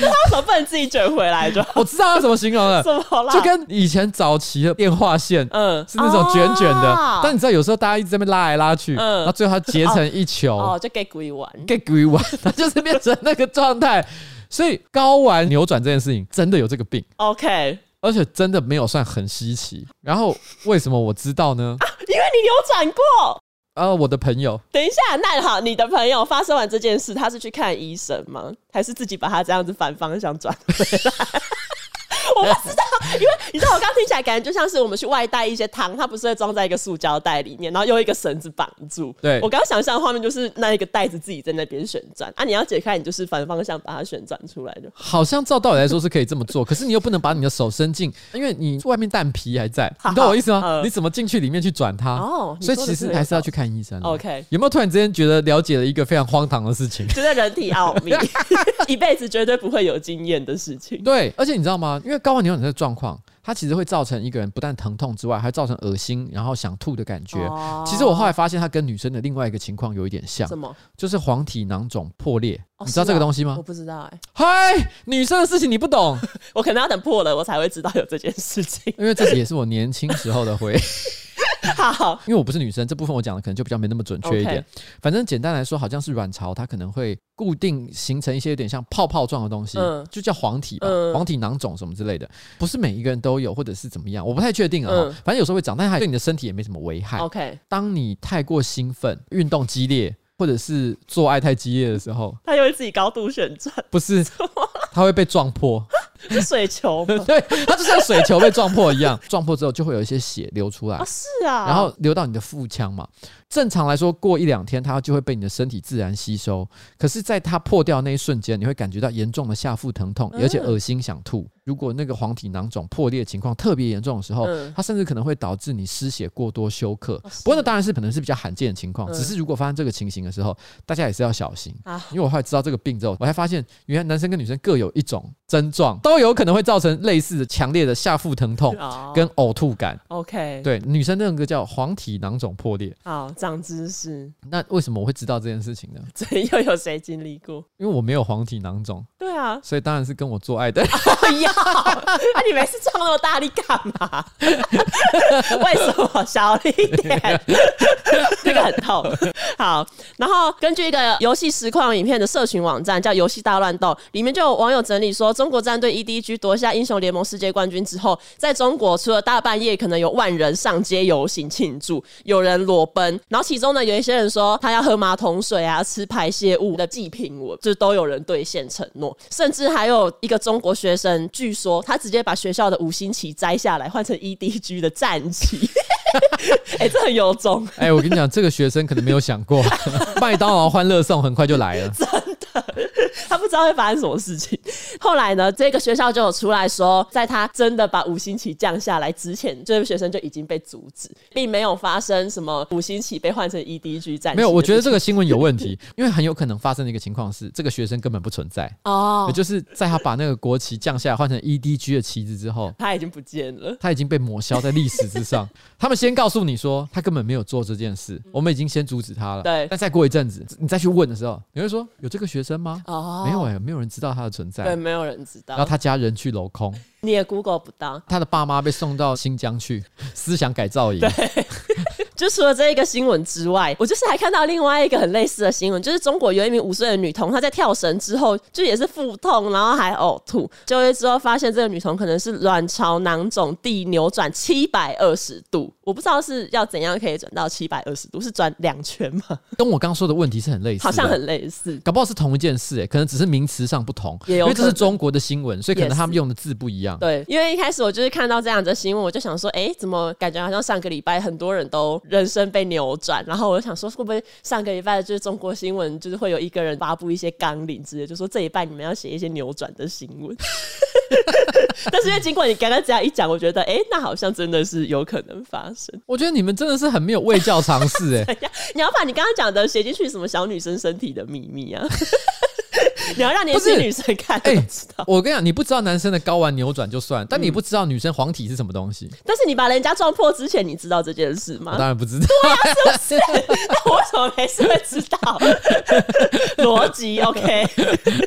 [SPEAKER 1] 为什么不能自己卷回来 就？
[SPEAKER 2] 我知道要怎么形容了，
[SPEAKER 1] 怎么啦？
[SPEAKER 2] 就跟以前早期的电话线，
[SPEAKER 1] 嗯
[SPEAKER 2] 是那种卷卷的，
[SPEAKER 1] 哦
[SPEAKER 2] 但你知道有时候大家一直在那边拉来拉去，
[SPEAKER 1] 嗯
[SPEAKER 2] 然后最后它结成一球，
[SPEAKER 1] 哦，就给鬼玩，
[SPEAKER 2] get 鬼丸，它就是变成那个状态。所以睾丸扭转这件事情真的有这个病，
[SPEAKER 1] OK，
[SPEAKER 2] 而且真的没有算很稀奇。然后为什么我知道呢？
[SPEAKER 1] 因为你扭转过。
[SPEAKER 2] 呃，我的朋友
[SPEAKER 1] 等一下，那好，你的朋友发生完这件事，他是去看 医生吗？还是自己把他这样子反方向转回来？我不知道你知道我刚听起来感觉就像是我们去外带一些汤，它不是会装在一个塑胶袋里面，然后用一个绳子绑住。
[SPEAKER 2] 对
[SPEAKER 1] 我刚刚想象的画面就是那一个袋子自己在那边旋转啊，你要解开你就是反方向把它旋转出来就。
[SPEAKER 2] 好像照道理来说是可以这么 做，可是你又不能把你的手伸进，因为你外面蛋 皮还在，你懂我意思
[SPEAKER 1] 好好
[SPEAKER 2] 吗？
[SPEAKER 1] 嗯
[SPEAKER 2] 你怎么进去里面去转它？
[SPEAKER 1] 哦你
[SPEAKER 2] 所
[SPEAKER 1] 说
[SPEAKER 2] 以
[SPEAKER 1] 的
[SPEAKER 2] 其
[SPEAKER 1] 这
[SPEAKER 2] 实
[SPEAKER 1] 个
[SPEAKER 2] 还
[SPEAKER 1] 有
[SPEAKER 2] 是要
[SPEAKER 1] 道
[SPEAKER 2] 去看医生啊。
[SPEAKER 1] OK，
[SPEAKER 2] 有没有突然之间觉得了解了一个非常荒唐的 事情？
[SPEAKER 1] 觉得人体奥秘， 一辈子绝对不会有经验的事情。
[SPEAKER 2] 对，而且你知道吗？因为睾丸扭转这个状况，它其实会造成一个人不但疼痛之外，还造成恶心，然后想吐的感觉。
[SPEAKER 1] 哦
[SPEAKER 2] 其实我后来发现，它跟女生的另外一个情况有一点像
[SPEAKER 1] 什，么？
[SPEAKER 2] 就是黄体囊肿破裂。
[SPEAKER 1] 哦
[SPEAKER 2] 你知道这个东西
[SPEAKER 1] 是啊
[SPEAKER 2] 吗
[SPEAKER 1] 我？不知道哎、
[SPEAKER 2] 嗨，女生的事情你不懂，
[SPEAKER 1] 我可能要等破了我才会知道有这件事情。
[SPEAKER 2] 因为这也是我年轻时候的回忆。
[SPEAKER 1] 好，
[SPEAKER 2] 因为我不是女生，这部分我讲的可能就比较没那么准确一点
[SPEAKER 1] OK。
[SPEAKER 2] 反正简单来说，好像是卵巢它可能会固定形成一些有点像泡泡状的东西，
[SPEAKER 1] 嗯
[SPEAKER 2] 就叫黄体吧，
[SPEAKER 1] 嗯
[SPEAKER 2] 黄体囊肿什么之类的，不是每一个人都有，或者是怎么样，我不太确定啊、
[SPEAKER 1] 嗯
[SPEAKER 2] 反正有时候会长，但是它对你的身体也没什么危害。
[SPEAKER 1] OK，
[SPEAKER 2] 当你太过兴奋、运动激烈，或者是做爱太激烈的时候，
[SPEAKER 1] 他又会自己高度旋 转，
[SPEAKER 2] 不 是它会被撞破。
[SPEAKER 1] 是水球吗？
[SPEAKER 2] 对，它就像水球被撞破一样，撞破之后就会有一些血流出来
[SPEAKER 1] 啊，。是啊。
[SPEAKER 2] 然后流到你的腹腔嘛。正常来说，过一两天它就会被你的身体自然吸收。可是，在它破掉那一瞬间，你会感觉到严重的下腹疼痛，
[SPEAKER 1] 嗯
[SPEAKER 2] 而且恶心想吐。如果那个黄体囊肿破裂情况特别严重的时候，
[SPEAKER 1] 嗯哦
[SPEAKER 2] 它甚至可能会导致你失血过多休克。
[SPEAKER 1] 是
[SPEAKER 2] 不过，那当然是可能是比较罕见的情况。
[SPEAKER 1] 嗯
[SPEAKER 2] 只是如果发生这个情形的时候，大家也是要小心。
[SPEAKER 1] 啊
[SPEAKER 2] 因为我后来知道这个病之后，我还发现原来男生跟女生各有一种症状，都有可能会造成类似的强烈的下腹疼痛
[SPEAKER 1] 哦
[SPEAKER 2] 跟呕吐感。
[SPEAKER 1] OK，，
[SPEAKER 2] 对，女生那个叫黄体囊肿破裂。
[SPEAKER 1] 好，长知识，
[SPEAKER 2] 那为什么我会知道这件事情呢？
[SPEAKER 1] 这又有谁经历过？
[SPEAKER 2] 因为我没有黄体囊肿，，
[SPEAKER 1] 对啊
[SPEAKER 2] 所以当然是跟我做爱的。
[SPEAKER 1] 哎呀， 啊，你每次撞那么大力干 嘛？为什么小力一点？这个很痛。好，然后根据一个游戏实况影片的社群网站叫“游戏大乱斗”，里面就有网友整理说，中国战队 EDG 夺下英雄联盟世界冠军之后，在中国除了大半夜可能有万人上街游行庆祝，有人裸奔，然后其中呢有一些人说他要喝马桶水啊，吃排泄物的祭品文，就是都有人兑现承诺，甚至还有一个中国学生，据说他直接把学校的五星旗摘下来换成 EDG 的战旗， 哎、这很有种。
[SPEAKER 2] 哎、我跟你讲，这个学生可能没有想过， 麦当劳欢乐颂很快就来 了。
[SPEAKER 1] 他不知道会发生什么事情。后来呢，这个学校就有出来说，在他真的把五星旗降下来之前，这位学生就已经被阻止，并没有发生什么五星旗被换成 EDG 战旗的事情。
[SPEAKER 2] 没有，我觉得这个新闻有问题， 因为很有可能发生的一个情况是，这个学生根本不存在，
[SPEAKER 1] 哦
[SPEAKER 2] 也，就是在他把那个国旗降下来换成 EDG 的旗子之后，
[SPEAKER 1] 他已经不见了。
[SPEAKER 2] 他已经被抹消在历史之上。 他们先告诉你说他根本没有做这件事，我们已经先阻止他了。
[SPEAKER 1] 嗯对
[SPEAKER 2] 但再过一阵子，你再去问的时候，你会说有这个学生吗？
[SPEAKER 1] 哦
[SPEAKER 2] 没有哎、没有人知道他的存在。
[SPEAKER 1] 对，没有人知道
[SPEAKER 2] 然后，他家人去镂空，
[SPEAKER 1] 你也 Google 不到。
[SPEAKER 2] 他的爸妈被送到新疆去思想改造营。
[SPEAKER 1] 就除了这一个新闻之外，我就是还看到另外一个很类似的新闻，就是中国有一名五岁的女童，她在跳绳之后就也是腹痛，然后还呕吐。就医之后发现，这个女童可能是卵巢囊肿地扭转七百二十度，我不知道是要怎样可以转到七百二十度，是转两圈吗？
[SPEAKER 2] 跟我刚说的问题是很类似
[SPEAKER 1] 好
[SPEAKER 2] 的，
[SPEAKER 1] 像很类似。
[SPEAKER 2] 搞不好是同一件事、欸，可能只是名词上不同，
[SPEAKER 1] 也
[SPEAKER 2] 因
[SPEAKER 1] 有
[SPEAKER 2] 为这是
[SPEAKER 1] 可能
[SPEAKER 2] 中国的新闻，所以可
[SPEAKER 1] 也
[SPEAKER 2] 能他
[SPEAKER 1] 是
[SPEAKER 2] 们用的字不一样。
[SPEAKER 1] 对，因为一开始我就是看到这样子的新闻，我就想说，哎、怎么感觉好像上个礼拜很多人都人生被扭转？然后我就想说，会不会上个礼拜就是中国新闻，就是会有一个人发布一些纲领之类，就说这一拜你们要写一些扭转的新闻。 但是因为经过你刚刚这样一讲，我觉得，哎、那好像真的是有可能发生。
[SPEAKER 2] 我觉得你们真的是很没有卫教常 识、欸，哎，
[SPEAKER 1] 你要把你刚刚讲的写进去，什么小女生身体的秘密啊？ 你要让年轻
[SPEAKER 2] 不是
[SPEAKER 1] 女生看都
[SPEAKER 2] 哎
[SPEAKER 1] 知道，
[SPEAKER 2] 我跟你讲，你不知道男生的睾丸扭转就算，但
[SPEAKER 1] 嗯
[SPEAKER 2] 你不知道女生黄体是什么东西，
[SPEAKER 1] 但是你把人家撞破之前，你知道这件事吗
[SPEAKER 2] 我？当然不知道。
[SPEAKER 1] 啊 我为什么没事会知道？逻辑 OK。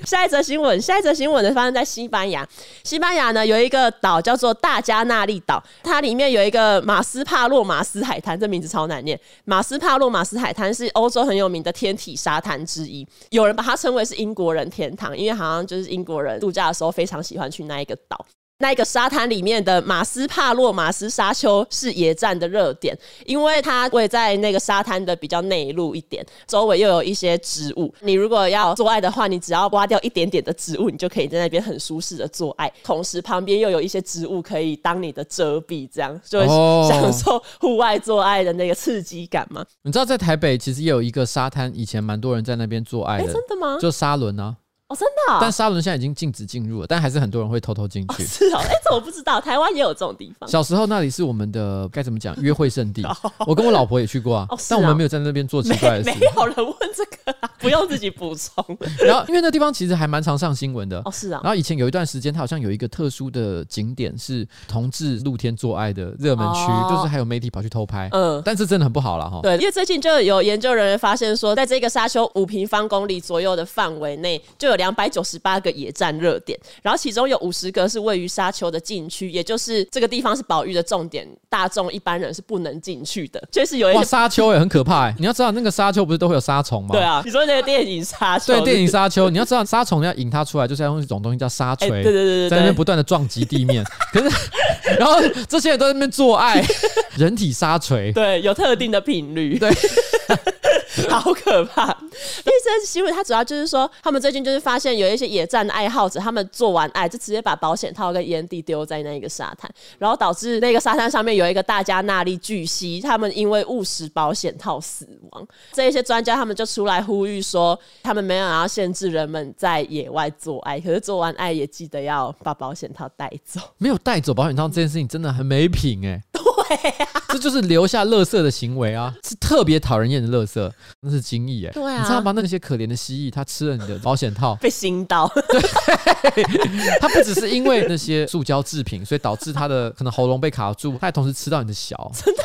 [SPEAKER 1] 下一则新闻，下一则新闻呢发生在西班牙。西班牙呢有一个岛叫做大加那利岛，它里面有一个马斯帕洛马斯海滩，这名字超难念。马斯帕洛马斯海滩是欧洲很有名的天体沙滩之一，有人把它称为是英国人天堂，因为好像就是英国人度假的时候非常喜欢去那一个岛。那个沙滩里面的马斯帕洛马斯沙丘是野战的热点，因为它位在那个沙滩的比较内陆一点，周围又有一些植物。你如果要做爱的话，你只要挖掉一点点的植物，你就可以在那边很舒适的做爱，同时旁边又有一些植物可以当你的遮蔽，这样就会
[SPEAKER 2] 哦
[SPEAKER 1] 享 受户外做爱的那个刺激感吗？
[SPEAKER 2] 你知道在台北其实也有一个沙滩，以前蛮多人在那边做爱
[SPEAKER 1] 哎、
[SPEAKER 2] 的，
[SPEAKER 1] 真的吗？
[SPEAKER 2] 就沙轮啊。
[SPEAKER 1] 哦，真的、哦，
[SPEAKER 2] 但沙轮现在已经禁止进入了，但还是很多人会偷偷进去。
[SPEAKER 1] 是哦，啊哎、这我不知道，台湾也有这种地方。
[SPEAKER 2] 小时候那里是我们的该怎么讲约会 圣地，我跟我老婆也去过啊，
[SPEAKER 1] 哦是啊
[SPEAKER 2] 但我们没有在那边做奇
[SPEAKER 1] 没
[SPEAKER 2] 怪的
[SPEAKER 1] 没
[SPEAKER 2] 事。
[SPEAKER 1] 有人问这个、啊，不用自己补充。
[SPEAKER 2] 然后因为那地方其实还蛮常上新闻的
[SPEAKER 1] 哦，。是啊
[SPEAKER 2] 然，后以前有一段时间，它好像有一个特殊的景点是同志露天做爱的热门区，
[SPEAKER 1] 哦
[SPEAKER 2] 就是还有媒体跑去偷拍，
[SPEAKER 1] 嗯。
[SPEAKER 2] 但是真的很不好了哈。
[SPEAKER 1] 对，因为最近就有研究人员发现说，在这个沙丘五平方公里左右的范围内，就有两百九十八个野战热点，然后其中有五十个是位于沙丘的禁区，也就是这个地方是保育的重点，大众一般人是不能进去的。就是有一
[SPEAKER 2] 哇，
[SPEAKER 1] 些，
[SPEAKER 2] 沙丘也很可怕哎！你要知道，那个沙丘不是都会有沙虫吗？
[SPEAKER 1] 对啊，你说那个电影沙丘，
[SPEAKER 2] 对，电影沙 丘，你要知道沙虫要引它出来，就是要用一种东西叫沙
[SPEAKER 1] 哎，
[SPEAKER 2] 锤，
[SPEAKER 1] 对对对对
[SPEAKER 2] 在那
[SPEAKER 1] 对
[SPEAKER 2] 边，不断的撞击地面。 可是，然后这些人都在那边做 爱，人体沙锤。
[SPEAKER 1] 对，有特定的频率，
[SPEAKER 2] 对，
[SPEAKER 1] 好可怕。因为这新闻它主要就是说，他们最近就是发现有一些野战爱好者，他们做完爱就直接把保险套跟烟蒂丢在那个沙滩，然后导致那个沙滩上面有一个大加那利巨蜥，他们因为误食保险套死亡。这一些专家他们就出来呼吁说，他们没有要限制人们在野外做爱，可是做完爱也记得要把保险套带走。
[SPEAKER 2] 没有带走保险套这件事情真的很没品 哎、对啊，这就是留下垃圾的行为啊，是特别讨人厌的垃圾，那是精益哎、
[SPEAKER 1] 对啊，
[SPEAKER 2] 你知道吗？那些可怜的蜥蜴，它吃了你的保险套
[SPEAKER 1] 被熏到，
[SPEAKER 2] 它不只是因为那些塑胶制品，所以导致它的可能喉咙被卡住，它还同时吃到你的小， 真的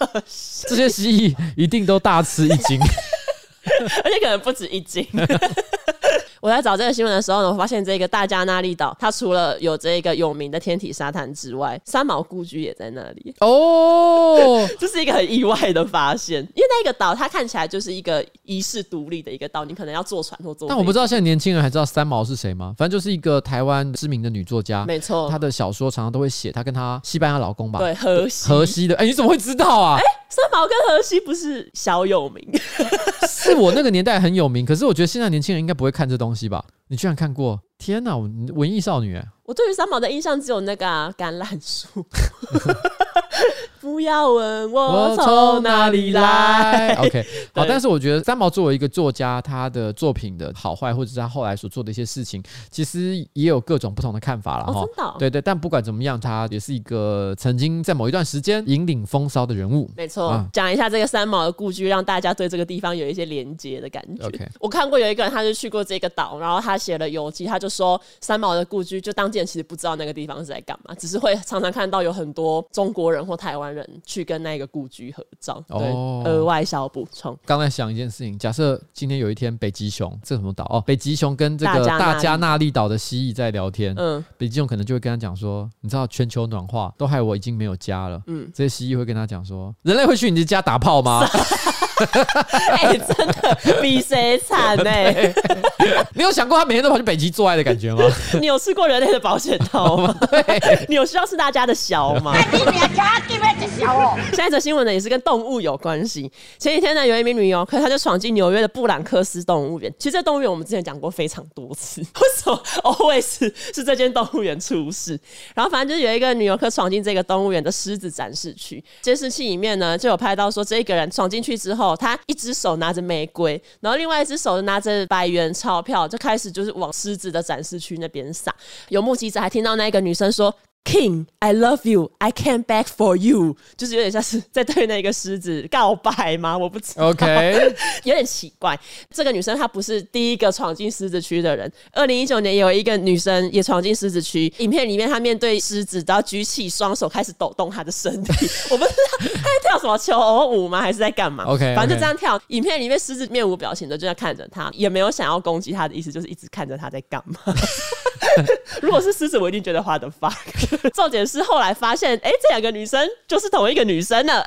[SPEAKER 2] 很这些蜥蜴一定都大吃一 惊。
[SPEAKER 1] 而且可能不止一斤。 我在找这个新闻的时候呢，我发现这个大加那利岛，它除了有这个有名的天体沙滩之外，三毛故居也在那里，
[SPEAKER 2] 哦，
[SPEAKER 1] 这是一个很意外的发现。因为那个岛它看起来就是一个遗世独立的一个岛，你可能要坐船或坐飞机。
[SPEAKER 2] 但我不知道现在年轻人还知道三毛是谁吗？反正就是一个台湾知名的女作家，
[SPEAKER 1] 没错，
[SPEAKER 2] 她的小说常常都会写她跟她西班牙老公吧，
[SPEAKER 1] 对荷西，
[SPEAKER 2] 荷西的。哎、你怎么会知道啊？
[SPEAKER 1] 三毛跟荷西不是小有名，
[SPEAKER 2] 是我那个年代很有名，可是我觉得现在年轻人应该不会看这东西吧？你居然看过？天哪，我文艺少女、哎
[SPEAKER 1] 我对于三毛的印象只有那个、啊、橄榄树。 不要问我从哪里来。
[SPEAKER 2] ？OK，好，
[SPEAKER 1] 对
[SPEAKER 2] 但是我觉得三毛作为一个作家，他的作品的好坏，或者是他后来所做的一些事情，其实也有各种不同的看法了
[SPEAKER 1] 哦，
[SPEAKER 2] 哈。
[SPEAKER 1] 真的、哦，
[SPEAKER 2] 对对，但不管怎么样，他也是一个曾经在某一段时间引领风骚的人物。
[SPEAKER 1] 没错
[SPEAKER 2] 啊，
[SPEAKER 1] 讲、一下这个三毛的故居，让大家对这个地方有一些连接的感觉。
[SPEAKER 2] OK
[SPEAKER 1] 我看过有一个人，他就去过这个岛，然后他写了游记，他就说三毛的故居，就当地人其实不知道那个地方是在干嘛，只是会常常看到有很多中国人或台湾人去跟那个故居合照。对，
[SPEAKER 2] 哦
[SPEAKER 1] 额外小补充。
[SPEAKER 2] 刚才想一件事情，假设今天有一天北极熊，这什么岛哦？北极熊跟这
[SPEAKER 1] 大
[SPEAKER 2] 个
[SPEAKER 1] 加那利
[SPEAKER 2] 大加那利岛的蜥蜴在聊天，
[SPEAKER 1] 嗯，
[SPEAKER 2] 北极熊可能就会跟他讲说，你知道全球暖化都害我已经没有家了。嗯，这些蜥蜴会跟他讲说，人类会去你的家打炮吗？
[SPEAKER 1] 哎、真的比谁惨哎呢？
[SPEAKER 2] 你有想过他每天都跑去北极做爱的感 觉吗？
[SPEAKER 1] 你有吃过人类的保险套 吗？ 你有需要吃大家的小吗？
[SPEAKER 5] 你们要加给我这小哦。
[SPEAKER 1] 下一则新闻呢，也是跟动物有关系。前几天呢，有一名女游客，她就闯进纽约的布朗克斯动物园。其实这动物园我们之前讲过非常多次，为什么 always 是这间动物园出事？然后反正就是有一个女游客闯进这个动物园的狮子展示区，监视器里面呢就有拍到说，这个人闯进去之后，他一只手拿着玫瑰，然后另外一只手拿着百元钞票，就开始就是往狮子的展示区那边撒。有目击者还听到那个女生说。King, I love you. I came back for you，就是有点像是在对那个狮子告白吗？我不知道
[SPEAKER 2] OK
[SPEAKER 1] 有点奇怪。这个女生她不是第一个闯进狮子区的人。二零一九年有一个女生也闯进狮子区，影片里面她面对狮子，然后举起双手开始抖动她的身体。我不知道她在跳什么求偶舞吗？还是在干嘛
[SPEAKER 2] OK，OK
[SPEAKER 1] 反正就这样跳。影片里面狮子面无表情的就在看着她，也没有想要攻击她的意思，就是一直看着她在干嘛。 如果是狮子，我一定觉得花的 fuck。重 点是后来发现，哎、这两个女生就是同一个女生呢。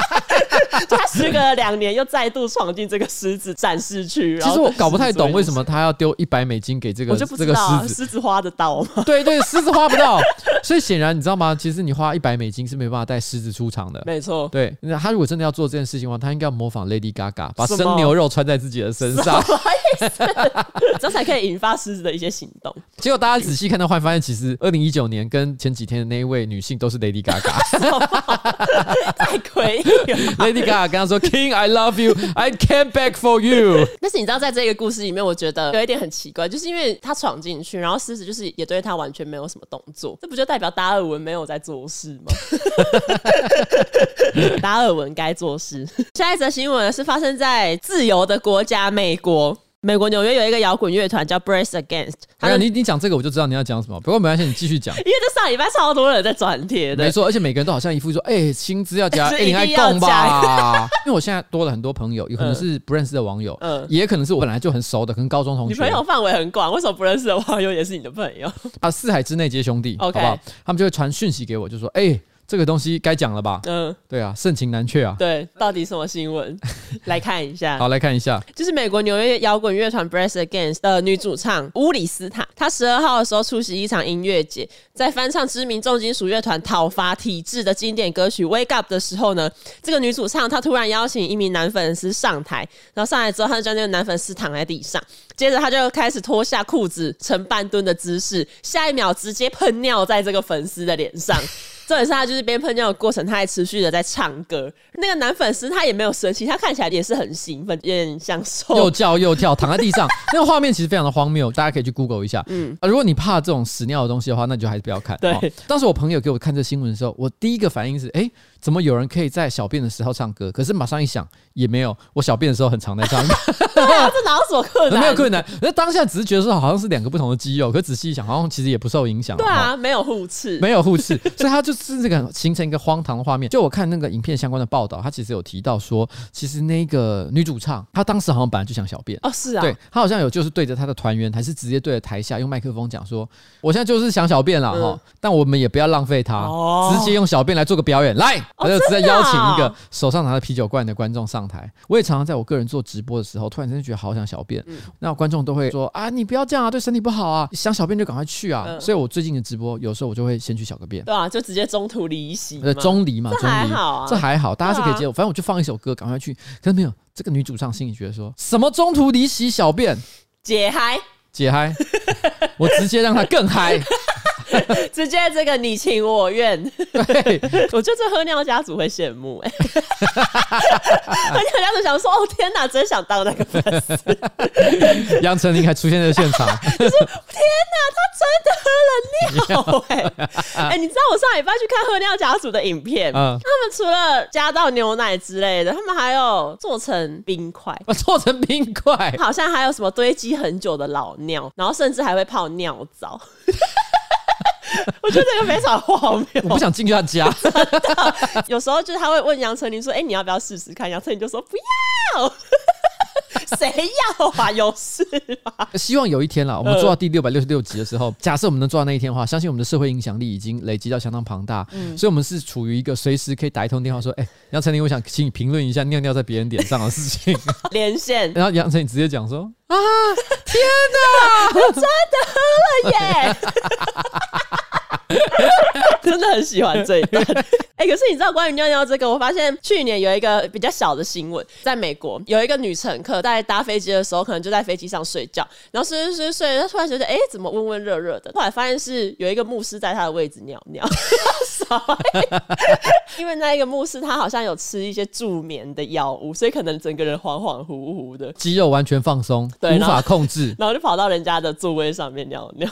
[SPEAKER 1] 就她时隔了两年，又再度闯进这个狮子展示区。然
[SPEAKER 2] 其
[SPEAKER 1] 后
[SPEAKER 2] 实我
[SPEAKER 1] 跟
[SPEAKER 2] 搞不太
[SPEAKER 1] 狮子做
[SPEAKER 2] 懂
[SPEAKER 1] 一
[SPEAKER 2] 为
[SPEAKER 1] 起
[SPEAKER 2] 什么他要丢一百美金给这个
[SPEAKER 1] 我就不
[SPEAKER 2] 这
[SPEAKER 1] 知
[SPEAKER 2] 个
[SPEAKER 1] 道啊
[SPEAKER 2] 狮子。
[SPEAKER 1] 狮子花得到吗？
[SPEAKER 2] 对对，狮子花不到， 所以显然你知道吗？其实你花一百美金是没办法带狮子出场的。
[SPEAKER 1] 没错，
[SPEAKER 2] 对，那他如果真的要做这件事情的话，他应该要模仿 Lady Gaga，把
[SPEAKER 1] 什么
[SPEAKER 2] 生牛肉穿在自己的身上。
[SPEAKER 1] 这才可以引发狮子的一些行动。
[SPEAKER 2] 结果大家仔细看到，会发现其实二零一九年跟前几天的那一位女性都是 Lady Gaga。
[SPEAKER 1] 太诡异了。
[SPEAKER 2] Lady Gaga 跟他说：“King, I love you, I came back for you。
[SPEAKER 1] 但是你知道，在这个故事里面，我觉得有一点很奇怪，就是因为他闯进去，然后狮子就是也对他完全没有什么动作，这不就代表达尔文没有在做事吗？ 达尔文该做事。下一则新闻是发生在自由的国家美国。美国纽约有一个摇滚乐团叫 Brace Against，”他们
[SPEAKER 2] 哎呀，
[SPEAKER 1] 因
[SPEAKER 2] 你你讲这个我就知道你要讲什么，不过没关系，你继续讲。
[SPEAKER 1] 为这上礼拜超多人在转贴的
[SPEAKER 2] 没，错，而且每个人都好像一副说：“哎、薪资要 加，
[SPEAKER 1] 是
[SPEAKER 2] 哎、你
[SPEAKER 1] 一
[SPEAKER 2] 爱
[SPEAKER 1] 定要
[SPEAKER 2] 供吧。” 因为我现在多了很多朋友，有可能
[SPEAKER 1] 嗯
[SPEAKER 2] 是不认识的网友，
[SPEAKER 1] 嗯
[SPEAKER 2] 也可能是我本来就很熟的，可能高中同
[SPEAKER 1] 你
[SPEAKER 2] 学。
[SPEAKER 1] 朋友范围很广，为什么不认识的网友也是你的朋友？
[SPEAKER 2] 啊，四海之内皆兄弟
[SPEAKER 1] OK
[SPEAKER 2] 好不好？他们就会传讯息给我，就说：“哎、这个东西该讲了吧？”
[SPEAKER 1] 嗯，
[SPEAKER 2] 对啊，盛情难却啊。
[SPEAKER 1] 对，到底什么新闻？ 来看一下。
[SPEAKER 2] 好，来看一下，
[SPEAKER 1] 就是美国纽约摇滚乐团 Brass Against 的女主唱乌里斯塔，她十二号的时候出席一场音乐节，在翻唱知名重金属乐团讨伐体制的经典歌曲《Wake Up》的时候呢，这个女主唱她突然邀请一名男粉丝上台，然后上来之后，她就将那个男粉丝躺在地上，接着她就开始脱下裤子呈半蹲的姿势，下一秒直接喷尿在这个粉丝的脸上。 重点是他就是边喷尿的过程，他还持续的在唱歌。那个男粉丝他也没有生气，他看起来也是很兴奋，有点享
[SPEAKER 2] 又
[SPEAKER 1] 受。
[SPEAKER 2] 叫又跳，躺在 地上，那个画面其实非常的荒谬，大家可以去 Google 一下。嗯、啊，如果你怕这种屎尿的东西的话，那你就还是不要看。哦
[SPEAKER 1] 对
[SPEAKER 2] 当时我朋友给我看这新闻的时候，我第一个反应是：哎、怎么有人可以在小便的时候唱歌？可是马上一想，也没有，我小便的时候很常在唱歌，
[SPEAKER 1] 对啊，这哪有什么困难？
[SPEAKER 2] 没有困难。那当下只是觉得说好像是两个不同的肌肉，可仔细一想，好像其实也不受影响。
[SPEAKER 1] 对
[SPEAKER 2] 哦
[SPEAKER 1] 啊，没有互斥。
[SPEAKER 2] 没有互斥，所以它就是这个形成一个荒唐的画面。就我看那个影片相关的报道，它其实有提到说，其实那个女主唱她当时好像本来就想小便。
[SPEAKER 1] 哦，是啊，
[SPEAKER 2] 对她好像有就是对着她的团员，还是直接对着台下用麦克风讲说：“我现在就是想小便了哈、
[SPEAKER 1] 嗯
[SPEAKER 2] 但我们也不要浪费她，
[SPEAKER 1] 哦
[SPEAKER 2] 直接用小便来做个表演。”来，
[SPEAKER 1] 哦
[SPEAKER 2] 她就直接
[SPEAKER 1] 真的
[SPEAKER 2] 邀
[SPEAKER 1] 啊
[SPEAKER 2] 请一个手上拿着啤酒罐的观众上台。我也常常在我个人做直播的时候，突然间就觉得好想小
[SPEAKER 1] 嗯
[SPEAKER 2] 便，那观众都会说：“啊，你不要这样啊，对身体不好啊，想小便就赶快去啊。
[SPEAKER 1] 嗯
[SPEAKER 2] 所以我最近的直播，有时候我就会先去小个便。
[SPEAKER 1] 对啊，就直接中途离席嘛。
[SPEAKER 2] 呃，中离嘛，
[SPEAKER 1] 这
[SPEAKER 2] 中
[SPEAKER 1] 还
[SPEAKER 2] 离，
[SPEAKER 1] 好啊
[SPEAKER 2] 这还好，大家是可以
[SPEAKER 1] 对啊
[SPEAKER 2] 接受。反正我就放一首歌，赶快去。可是没有，这个女主唱心里觉得说什么中途离席小便
[SPEAKER 1] 解嗨，
[SPEAKER 2] 解嗨， 我直接让她更嗨。
[SPEAKER 1] 直接这个你情我愿。
[SPEAKER 2] 对，
[SPEAKER 1] 我觉得这喝尿家族会羡慕哎、欸， 喝尿家族想说哦天哪，真想当那个粉丝，
[SPEAKER 2] 杨丞琳还出现在现场，
[SPEAKER 1] 天哪，他真的喝了尿哎、哎、你知道我上礼拜去看喝尿家族的影片，
[SPEAKER 2] 嗯
[SPEAKER 1] 他们除了加到牛奶之类的，他们还有做成冰块。
[SPEAKER 2] 我做成冰 块，
[SPEAKER 1] 好像还有什么堆积很久的老尿，然后甚至还会泡尿皂， 我觉得这个非常荒
[SPEAKER 2] 我
[SPEAKER 1] 谬
[SPEAKER 2] 不。想进去她家。
[SPEAKER 1] 有时候就是他会问杨丞琳说：“哎、你要不要试试看？”杨丞琳就说：“不要。” 谁要啊？有事吗？
[SPEAKER 2] 希望有一天啦，
[SPEAKER 1] 嗯
[SPEAKER 2] 我们做到第六百六十六集的时候，假设我们能做到那一天的话，相信我们的社会影响力已经累积到相当庞大，
[SPEAKER 1] 嗯
[SPEAKER 2] 所以我们是处于一个随时可以打一通电话说，哎、杨丞琳，我想请你评论一下尿尿在别人脸上的事情。
[SPEAKER 1] 连线
[SPEAKER 2] 然后杨丞琳直接讲说，
[SPEAKER 1] 耶！ 真的很喜欢这一段。 哎、可是你知道关于尿尿这个，我发现去年有一个比较小的新闻，在美国有一个女乘客在搭飞机的时候，可能就在飞机上睡觉，然后睡睡睡睡，她突然觉得哎、怎么温温热热的？后来发现是有一个牧师在她的位置尿尿， 傻眼因为那一个牧师他好像有吃一些助眠的药物，所以可能整个人恍恍惚惚的。
[SPEAKER 2] 肌肉完全放松，
[SPEAKER 1] 对
[SPEAKER 2] 无
[SPEAKER 1] 然
[SPEAKER 2] 法
[SPEAKER 1] 后
[SPEAKER 2] 控制。
[SPEAKER 1] 然后就跑到人家 的座位上面尿尿。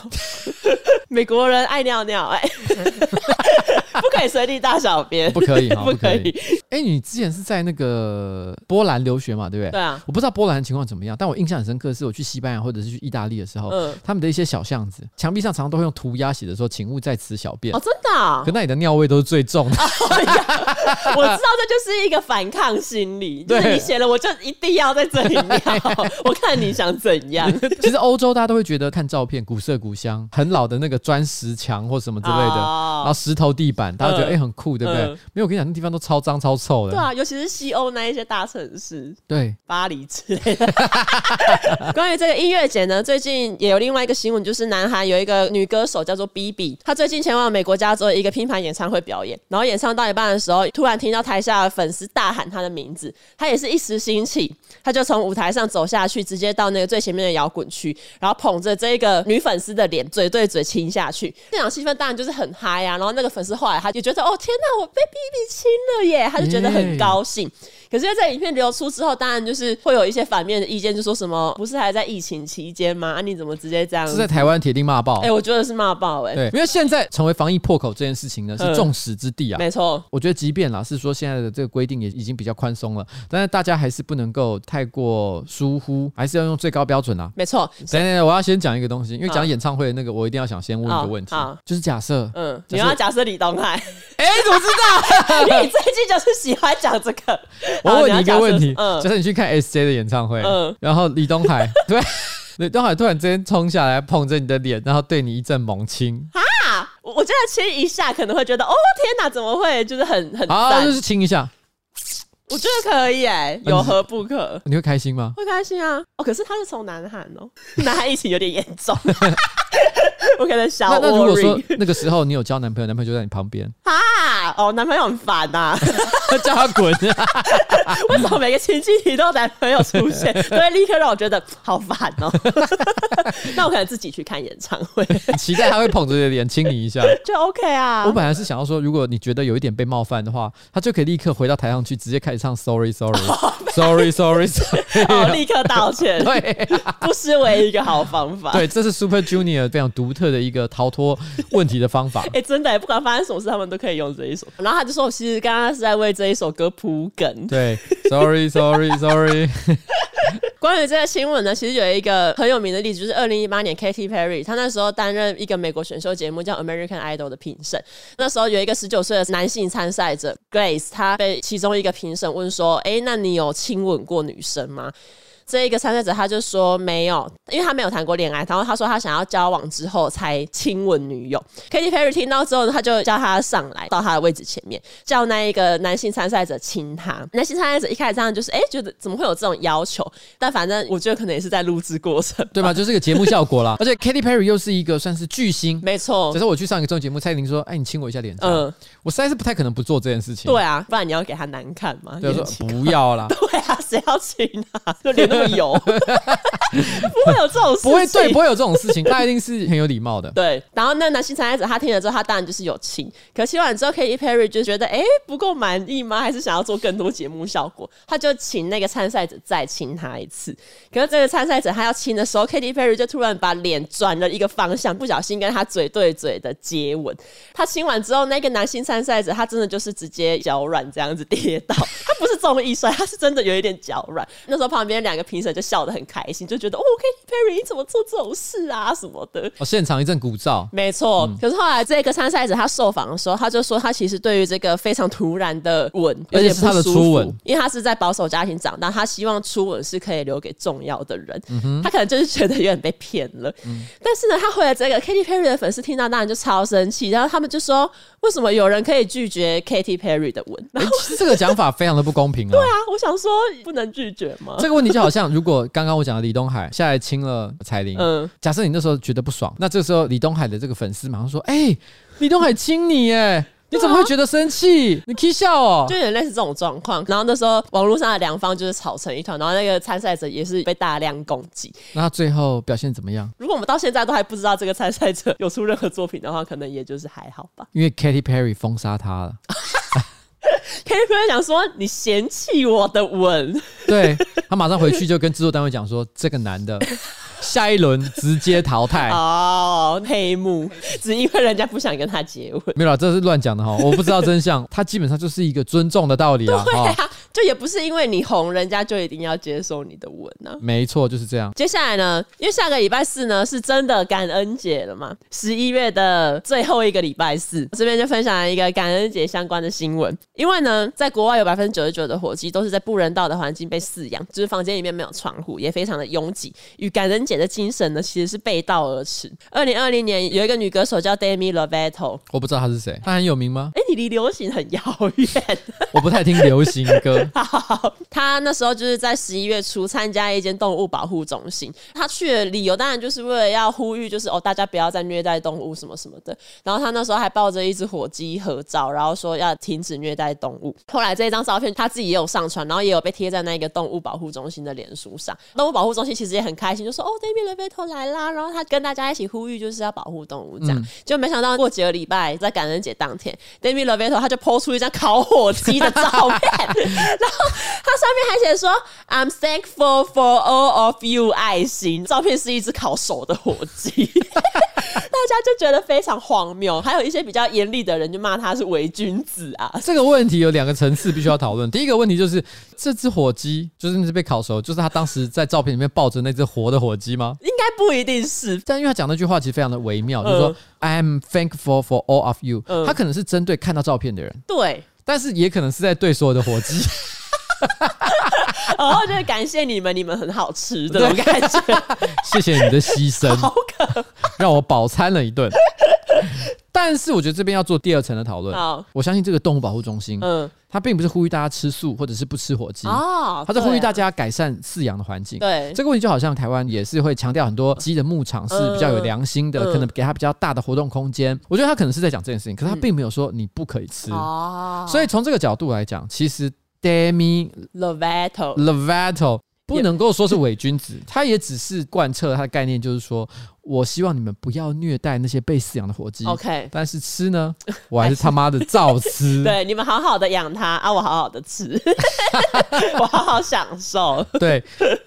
[SPEAKER 1] 美国人爱尿尿，哎、不可以随地大小便，
[SPEAKER 2] 不 可以哈，
[SPEAKER 1] 不
[SPEAKER 2] 不可
[SPEAKER 1] 可
[SPEAKER 2] 以。
[SPEAKER 1] 以。
[SPEAKER 2] 哎、你之前是在那个波兰留学嘛，对不对？
[SPEAKER 1] 对啊，
[SPEAKER 2] 我不知道波兰的情况怎么样，但我印象很深刻的是，我去西班牙或者是去意大利的时候，
[SPEAKER 1] 嗯
[SPEAKER 2] 他们的一些小巷子，墙壁上常常都会用涂鸦写的说“请勿在此小便”
[SPEAKER 1] 哦，真的啊、
[SPEAKER 2] 可那里的尿味都是最重 的，
[SPEAKER 1] 我知道这就是一个反抗心理，就
[SPEAKER 2] 对
[SPEAKER 1] 是你写了，我就一定要在这里尿， 我看你想怎 样。
[SPEAKER 2] 其实欧洲大家都会觉得看照片古色古香，很老的那个砖石墙或什么之类的，
[SPEAKER 1] 哦
[SPEAKER 2] 然后石头地板，大家觉得哎、
[SPEAKER 1] 嗯
[SPEAKER 2] 诶很酷，对不对？
[SPEAKER 1] 嗯
[SPEAKER 2] 没有，我跟你讲，那地方都超脏超臭的。
[SPEAKER 1] 对啊，尤其是西欧那一些大城市，
[SPEAKER 2] 对
[SPEAKER 1] 巴黎之类的。 关于这个音乐节呢，最近也有另外一个新闻，就是南韩有一个女歌手叫做 B B，她最近前往美国加州一个拼盘演唱会表演，然后演唱到一半的时候，突然听到台下的粉丝大喊她的名字，她也是一时兴起，她就从舞台上走下去，直接到那个最前面的摇滚区，然后捧着这个女粉丝的脸，嘴对嘴亲下去。现场气氛当然就是很嗨啊，然后那个粉丝后来她就觉得，哦天哪，我被 B B 亲了耶，她就觉得很
[SPEAKER 2] 耶
[SPEAKER 1] 高高兴。可是，在影片流出之后，当然就是会有一些反面的意见，就说什么不是还在疫情期间吗？啊，你怎么直接这样
[SPEAKER 2] 是？在台湾铁定骂爆。
[SPEAKER 1] 哎、我觉得是骂爆哎、
[SPEAKER 2] 对，因为现在成为防疫破口这件事情呢，
[SPEAKER 1] 嗯
[SPEAKER 2] 是众矢之的啊。
[SPEAKER 1] 没错，
[SPEAKER 2] 我觉得，即便啦，是说现在的这个规定也已经比较宽松了，但是大家还是不能够太过疏忽，还是要用最高标准啊。
[SPEAKER 1] 没错，
[SPEAKER 2] 等等等，我要先讲一个东西，因为
[SPEAKER 1] 好
[SPEAKER 2] 讲演唱会的那个，我一定要想先问一个问题
[SPEAKER 1] 好好，
[SPEAKER 2] 就是假设，
[SPEAKER 1] 嗯，你
[SPEAKER 2] 就是
[SPEAKER 1] 要假设李东 海，
[SPEAKER 2] 哎，你 怎么知道？
[SPEAKER 1] 因为你最近就是喜欢讲这个。
[SPEAKER 2] 我问
[SPEAKER 1] 好
[SPEAKER 2] 你一个问题，
[SPEAKER 1] 啊要假
[SPEAKER 2] 就
[SPEAKER 1] 设
[SPEAKER 2] 是你去看 S J 的演唱会，
[SPEAKER 1] 嗯
[SPEAKER 2] 然后李东 海对，李东海突然之间冲下来，捧着你的脸，然后对你一阵猛亲，
[SPEAKER 1] 嗯啊，我我觉得亲一下可能会觉得，哦天哪，怎么会？就是很很
[SPEAKER 2] 好，
[SPEAKER 1] 赞
[SPEAKER 2] 就，是亲一下，
[SPEAKER 1] 我觉得可以哎、有何不可？
[SPEAKER 2] 你会开心吗？
[SPEAKER 1] 会开心啊！哦，可是他是从南韩 哦，南韩疫情有点严重，我可能小
[SPEAKER 2] 那那如果
[SPEAKER 1] worry
[SPEAKER 2] 说那个时候你有交男朋友，男朋友就在你旁 边，
[SPEAKER 1] 啊，哦，男朋友很烦呐、
[SPEAKER 2] 叫他滚， 啊
[SPEAKER 1] 为什么每个亲戚提到男朋友出 现，都会立刻让我觉得好烦哦？ 那我可能自己去看演唱会
[SPEAKER 2] 期待他会捧着你的脸亲你一下。
[SPEAKER 1] 就 OK 啊
[SPEAKER 2] 我。本来是想要说，如果你觉得有一点被冒犯的话，他就可以立刻回到台上去，直接开始唱 Sorry Sorry Sorry Sorry Sorry。
[SPEAKER 1] 哦，立刻道 歉，
[SPEAKER 2] 对
[SPEAKER 1] 不失为一个好方法。
[SPEAKER 2] 对，这是 Super Junior 非常独特的一个逃脱问题的方 法。
[SPEAKER 1] 哎、真的、不管发生什么事，他们都可以用这一首。然后他就说，我其实刚刚是在为这一首歌铺梗。
[SPEAKER 2] 对，Sorry Sorry Sorry。
[SPEAKER 1] 关于这个新闻呢，其实有一个很有名的例子，就是二零一八年 Katy Perry，她那时候担任一个美国选秀节目叫 American Idol 的评审。那时候有一个十九岁的男性参赛者 Grace，他被其中一个评审问说：“诶，那你有亲吻过女生吗？”这一个参赛者他就说没有，因为他没有谈过恋爱。然后他说他想要交往之后才亲吻女友。Katy Perry 听到之后呢，他就叫他上来到他的位置前面，叫那一个男性参赛者亲他。男性参赛者一开始当然就是哎、诶觉得怎么会有这种要求？但反正我觉得可能也是在录制过程。
[SPEAKER 2] 对吧？就是个节目效果 啦。而且 Katy Perry 又是一个算是巨星。
[SPEAKER 1] 没错
[SPEAKER 2] 假，设我去上一个综艺节目，蔡依林说：“哎，你亲我一下脸颊。
[SPEAKER 1] 嗯，
[SPEAKER 2] 我实在是不太可能不做这件事情。
[SPEAKER 1] 对啊，不然你要给他难看嘛？
[SPEAKER 2] 对，
[SPEAKER 1] 眼
[SPEAKER 2] 我
[SPEAKER 1] 睛
[SPEAKER 2] 说不要 啦，
[SPEAKER 1] 对啊，谁要亲啊？就脸那么油， 不会有这种事情，
[SPEAKER 2] 不会，对，不会有这种事情，他一定是很有礼貌的。
[SPEAKER 1] 对，然后那男性参赛者他听了之后，他当然就是有亲，可亲完之后，Katy Perry 就觉得哎、诶不够满意吗？还是想要做更多节目效果？他就请那个参赛者再亲他一次。可是这个参赛者他要亲的时候，Katy Perry 就突然把脸转了一个方向，不小心跟他嘴对嘴的接吻。他亲完之后，那个男性参赛者他真的就是直接脚软这样子跌倒，他不是综艺摔，他是真的有一点脚软。那时候旁边两个评审就笑得很开心，就觉得哦，Katy Perry 你怎么做这种事啊什么的。
[SPEAKER 2] 哦，现场一阵鼓噪，
[SPEAKER 1] 没错，
[SPEAKER 2] 嗯
[SPEAKER 1] 可是后来这个参赛者他受访的时候，他就说他其实对于这个非常突然的吻，有
[SPEAKER 2] 而且
[SPEAKER 1] 点
[SPEAKER 2] 是
[SPEAKER 1] 不
[SPEAKER 2] 他的
[SPEAKER 1] 舒服
[SPEAKER 2] 初吻，
[SPEAKER 1] 因为他是在保守家庭长大，他希望初吻是可以留给重要的人，
[SPEAKER 2] 嗯
[SPEAKER 1] 他可能就是觉得有点被骗了。但是呢，他回了这个 Katy Perry 的粉丝听到，当然就超生气，然后他们就说为什么有人可以拒绝 Katy Perry 的吻？然
[SPEAKER 2] 哎
[SPEAKER 1] 后，
[SPEAKER 2] 其实这个讲法非常的不公平啊。对
[SPEAKER 1] 啊，我想说不能拒绝吗？
[SPEAKER 2] 这个啊问题就好像，如果刚刚我讲的李东海下来亲了彩铃，
[SPEAKER 1] 嗯
[SPEAKER 2] 假设你那时候觉得不爽，那这个时候李东海的这个粉丝马上说：“哎、李东海亲 你，
[SPEAKER 1] 啊
[SPEAKER 2] 哎，你怎么会觉得生气？你 k 笑哦
[SPEAKER 1] 就。有点类似这种状况，然后那时候网络上的两方就是吵成一团，然后那个参赛者也是被大量攻击，”
[SPEAKER 2] 那他最后表现怎么样？
[SPEAKER 1] 如果我们到现在都还不知道这个参赛者有出任何作品的话，可能也就是还好吧。
[SPEAKER 2] 因为 Katy Perry 封杀 他了，
[SPEAKER 1] k a t y Perry 讲说你嫌弃我的吻，
[SPEAKER 2] 对他马上回去就跟制作单位讲说：“这个男的下一轮直接淘汰。
[SPEAKER 1] 哦，黑 幕，只因为人家不想跟他结婚。
[SPEAKER 2] 没有啦，这是乱讲的哈，我不知道真相。 它基本上就是一个尊重的道理啊，
[SPEAKER 1] 对
[SPEAKER 2] 哈，
[SPEAKER 1] 啊，就也不是因为你红，人家就一定要接受你的吻啊呢、
[SPEAKER 2] 没错，就是这样。
[SPEAKER 1] 接下来呢，因为下个礼拜四呢是真的感恩节了嘛，十一月的最后一个礼拜四，这边就分享一个感恩节相关的新闻。因为呢，在国外有百分之九十九的火鸡都是在不人道的环境被饲养，就是房间里面没有窗户，也非常的拥挤，与感恩节的精神呢其实是背道而驰。二零二零年有一个女歌手叫 Demi Lovato，
[SPEAKER 2] 我不知道他是谁，他很有名吗？
[SPEAKER 1] 哎、你离流行很遥远。
[SPEAKER 2] 我不太听流行歌。
[SPEAKER 1] 好，他那时候就是在十一月初参加一间动物保护中心，他去的理由当然就是为了要呼吁，就是哦，大家不要再虐待动物什么什么的。然后他那时候还抱着一只火鸡合照，然后说要停止虐待动物。后来这一张照片他自己也有上传，然后也有被贴在那个动物保护中心的脸书上。动物保护中心其实也很开心，就说哦，David l e v 来啦，然后他跟大家一起呼吁就是要保护动物这样。就没想到过几个礼拜，在感恩节当天，David l e v 他就抛出一张烤火鸡的照片。它上面还写说 “I'm thankful for all of you” 爱心，照片是一只烤熟的火鸡，大家就觉得非常荒谬。还有一些比较严厉的人就骂他是伪君子啊，
[SPEAKER 2] 这个问题有两个层次必须要讨论。第一个问题就是，这只火鸡就是那只被烤熟，就是他当时在照片里面抱着那只活的火鸡吗？
[SPEAKER 1] 应该不一定是。
[SPEAKER 2] 但因为他讲那句话其实非常的微妙，就是说、I'm thankful for all of you，、
[SPEAKER 1] 嗯
[SPEAKER 2] 他可能是针对看到照片的人，
[SPEAKER 1] 对，
[SPEAKER 2] 但是也可能是在对所有的火鸡。
[SPEAKER 1] 然后就是感谢你们，你们很好吃的那种感觉，
[SPEAKER 2] 谢谢你的牺牲，
[SPEAKER 1] 好可
[SPEAKER 2] 让我饱餐了一顿。但是我觉得这边要做第二层的讨论。
[SPEAKER 1] 怕。
[SPEAKER 2] 我相信这个动物保护中心，
[SPEAKER 1] 嗯，
[SPEAKER 2] 它并不是呼吁大家吃素或者是不吃火鸡，
[SPEAKER 1] 哦，
[SPEAKER 2] 嗯它在呼吁大
[SPEAKER 1] 家
[SPEAKER 2] 家改善饲养的环境。
[SPEAKER 1] 对
[SPEAKER 2] 这个问题就好像台湾也是会强调很多鸡的牧场是比较有良心的，
[SPEAKER 1] 嗯嗯
[SPEAKER 2] 可能给它比较大的活动空间。我觉得他可能是在讲这件事情，可是他并没有说你不可以吃。
[SPEAKER 1] 哦，
[SPEAKER 2] 所
[SPEAKER 1] 以
[SPEAKER 2] 以从这个角度来讲，其实 Demi
[SPEAKER 1] Lovato
[SPEAKER 2] Lovato 不能够说是伪君子，他也只是贯彻他的概念，就是说我希望你们不要虐待那些被饲养的火鸡。
[SPEAKER 1] OK
[SPEAKER 2] 但是吃呢，我还是他妈的照吃。
[SPEAKER 1] 对，你们好好的养它啊，我好好的 吃，我好好享受，
[SPEAKER 2] 对，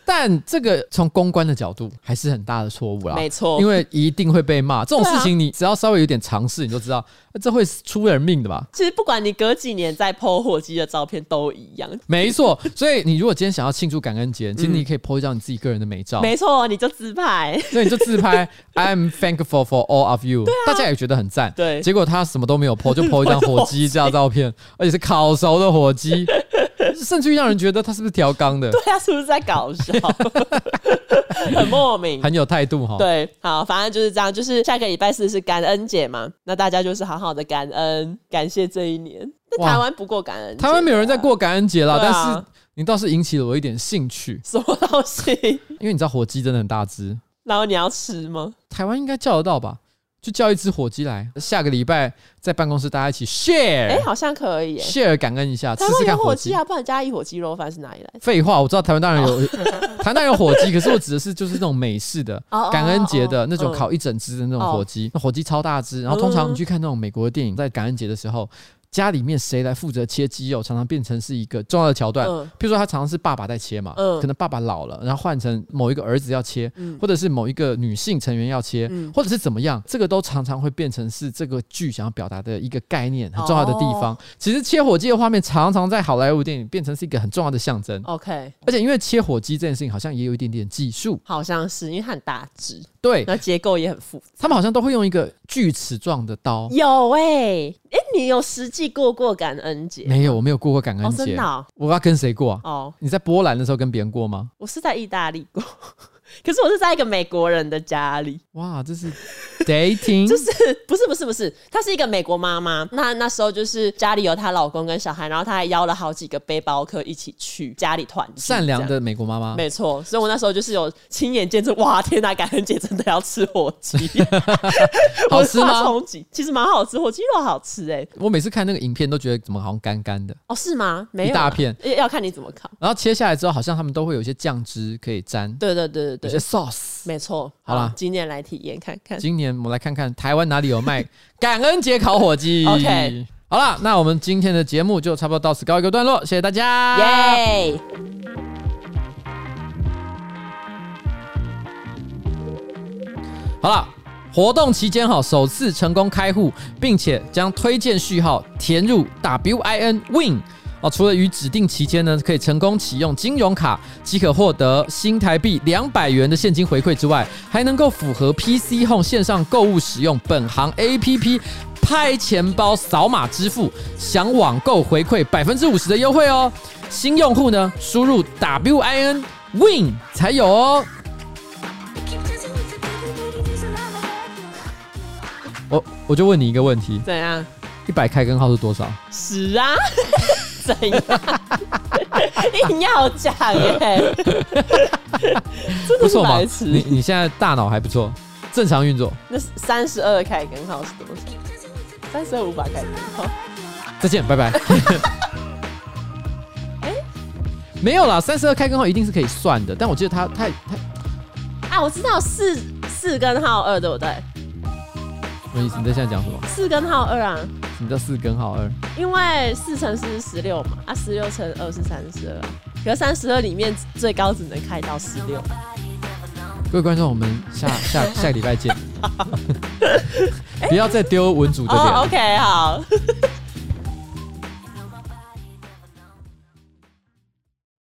[SPEAKER 2] 但这个从公关的角度还是很大的错误啦。
[SPEAKER 1] 没错
[SPEAKER 2] 因为一定会 被骂。这种
[SPEAKER 1] 对啊
[SPEAKER 2] 事情你只要稍微有点尝试，你就知道呃这会出人命的吧？
[SPEAKER 1] 其实不管你隔几年再 PO 火鸡的照片都一样，
[SPEAKER 2] 没 错。所以你如果今天想要庆祝感恩节，其实你可以 po 一张你自己个人的美照。
[SPEAKER 1] 嗯没错，你就自拍。
[SPEAKER 2] 所以你就自拍，I'm thankful for all of you，、大家也觉得很赞。
[SPEAKER 1] 啊对
[SPEAKER 2] 结果他什么都没有 po，就 po 一张火鸡这样照片，而且是烤熟的 火鸡，甚至于让人觉得他是不是调缸的，
[SPEAKER 1] 对啊，是不是在搞 笑？很莫名。
[SPEAKER 2] 很有态度哈。，
[SPEAKER 1] 对，好，反正就是这样。就是下个礼拜四是感恩节嘛，那大家就是好好的感恩，感谢这一年。那
[SPEAKER 2] 哇
[SPEAKER 1] 台湾不过感恩节啊，
[SPEAKER 2] 台湾没有人在过感恩节啦，
[SPEAKER 1] 对啊
[SPEAKER 2] 但是你倒是引起了我一点兴趣，
[SPEAKER 1] 什么东西，
[SPEAKER 2] 因为你知道火鸡真的很大只，
[SPEAKER 1] 然后你要吃吗？
[SPEAKER 2] 台湾应该叫得到吧？就叫一只火鸡来，下个礼拜在办公室大家一起 share、
[SPEAKER 1] 哎、好像可以耶。
[SPEAKER 2] share 感恩一下，
[SPEAKER 1] 台
[SPEAKER 2] 吃
[SPEAKER 1] 湾
[SPEAKER 2] 吃
[SPEAKER 1] 有
[SPEAKER 2] 看
[SPEAKER 1] 火
[SPEAKER 2] 火
[SPEAKER 1] 鸡
[SPEAKER 2] 鸡。
[SPEAKER 1] 啊，不然嘉义火鸡肉饭是哪里来的？
[SPEAKER 2] 废话，我知道台湾当然
[SPEAKER 1] 哦
[SPEAKER 2] 有， 台湾当然有火鸡，可是我指的是就是那种美式的
[SPEAKER 1] 哦哦
[SPEAKER 2] 感恩节
[SPEAKER 1] 哦
[SPEAKER 2] 的那种
[SPEAKER 1] 嗯
[SPEAKER 2] 烤一整只的那种火鸡，那火鸡超大只。然后通常你去看那种美国的电影，在感恩节的时候。家里面谁来负责切鸡肉，常常变成是一个重要的桥段。
[SPEAKER 1] 嗯
[SPEAKER 2] 譬如说，他常常是爸爸在切嘛，
[SPEAKER 1] 嗯
[SPEAKER 2] 可能爸爸老了，然后换成某一个儿子要切，或者是某一个女性成员要切，
[SPEAKER 1] 嗯
[SPEAKER 2] 或者是怎么样，这个都常常会变成是这个剧想要表达的一个概念，很重要的地
[SPEAKER 1] 哦
[SPEAKER 2] 方。其实切火鸡的画面常常在好莱坞电影变成是一个很重要的象征。
[SPEAKER 1] OK，
[SPEAKER 2] 而且因为切火鸡这件事情好像也有一点点技术，
[SPEAKER 1] 好像是，因为它很大 只，
[SPEAKER 2] 对
[SPEAKER 1] 然后结构也很复杂。
[SPEAKER 2] 他们好像都会用一个锯齿状的刀。
[SPEAKER 1] 有哎、欸，哎、你有实际过过感恩节？
[SPEAKER 2] 没有，我没有过过感
[SPEAKER 1] 哦
[SPEAKER 2] 恩，
[SPEAKER 1] 真
[SPEAKER 2] 节。
[SPEAKER 1] 的哦
[SPEAKER 2] 我要跟谁过啊？
[SPEAKER 1] 哦，
[SPEAKER 2] 你在波兰的时候跟别人过吗？
[SPEAKER 1] 我是在意大利过， 可是我是在一个美国人的家里，
[SPEAKER 2] 哇，这是 dating，
[SPEAKER 1] 就是不是不是不是，她是一个美国妈妈。那那时候就是家里有她老公跟小孩，然后她还邀了好几个背包客一起去家里团聚，
[SPEAKER 2] 善良
[SPEAKER 1] 这样。
[SPEAKER 2] 的美国妈妈。
[SPEAKER 1] 没错，所以我那时候就是有亲眼见证，哇，天哪！感恩节真的要吃火 鸡，
[SPEAKER 2] 好吃吗
[SPEAKER 1] 文化冲击其实蛮好吃，火鸡肉好吃哎、
[SPEAKER 2] 我每次看那个影片都觉得怎么好像干干的，
[SPEAKER 1] 哦，是吗？没有啊
[SPEAKER 2] 一大片
[SPEAKER 1] 要要看你怎么烤。
[SPEAKER 2] 然后切下来之后，好像他们都会有一些酱汁可以沾，
[SPEAKER 1] 对对对对
[SPEAKER 2] 有
[SPEAKER 1] 对
[SPEAKER 2] 些，sauce。
[SPEAKER 1] 没错。
[SPEAKER 2] 好啦
[SPEAKER 1] 今年来体验看看。
[SPEAKER 2] 今年我们来看看台湾哪里有卖感恩节烤火鸡。
[SPEAKER 1] OK
[SPEAKER 2] 好啦，那我们今天的节目就差不多到此告一个段落，谢谢大家。
[SPEAKER 1] 耶！
[SPEAKER 2] 好啦，活动期间哈，首次成功开户，并且将推荐序号填入 WIN Win。哦，除了于指定期间呢，可以成功启用金融卡，即可获得新台币两百元的现金回馈之外，还能够符合 PC Home 线上购物使用本行 APP 拍钱包扫码支付，享网购回馈百分之五十的优惠哦。新用户呢，输入 WIN Win 才有哦。我哦我就问你一个问题：
[SPEAKER 1] 怎样？
[SPEAKER 2] 一百开根号是多少？
[SPEAKER 1] 屎啊？ 怎样？硬要讲耶、 真的
[SPEAKER 2] 不
[SPEAKER 1] 是
[SPEAKER 2] 错嘛
[SPEAKER 1] 白，痴。
[SPEAKER 2] 你你现在大脑还不错，正常运作。
[SPEAKER 1] 那三十二开根号是多少？三十二无法开根号。
[SPEAKER 2] 再 见，拜拜。没有啦，三十二开根号一定是可以算的，但我记得它它它
[SPEAKER 1] 啊，我知道四四根号二对不对？
[SPEAKER 2] 什么意思？你在现在讲什么？
[SPEAKER 1] 四根号二啊，
[SPEAKER 2] 什么叫四根号二？
[SPEAKER 1] 因为四乘四是十六嘛，啊，十六乘二是三十二，可是三十二里面最高只能开到十六。
[SPEAKER 2] 各位观众，我们下下 下个礼拜见。不要再丢文主的脸。
[SPEAKER 1] 哦、o k 好，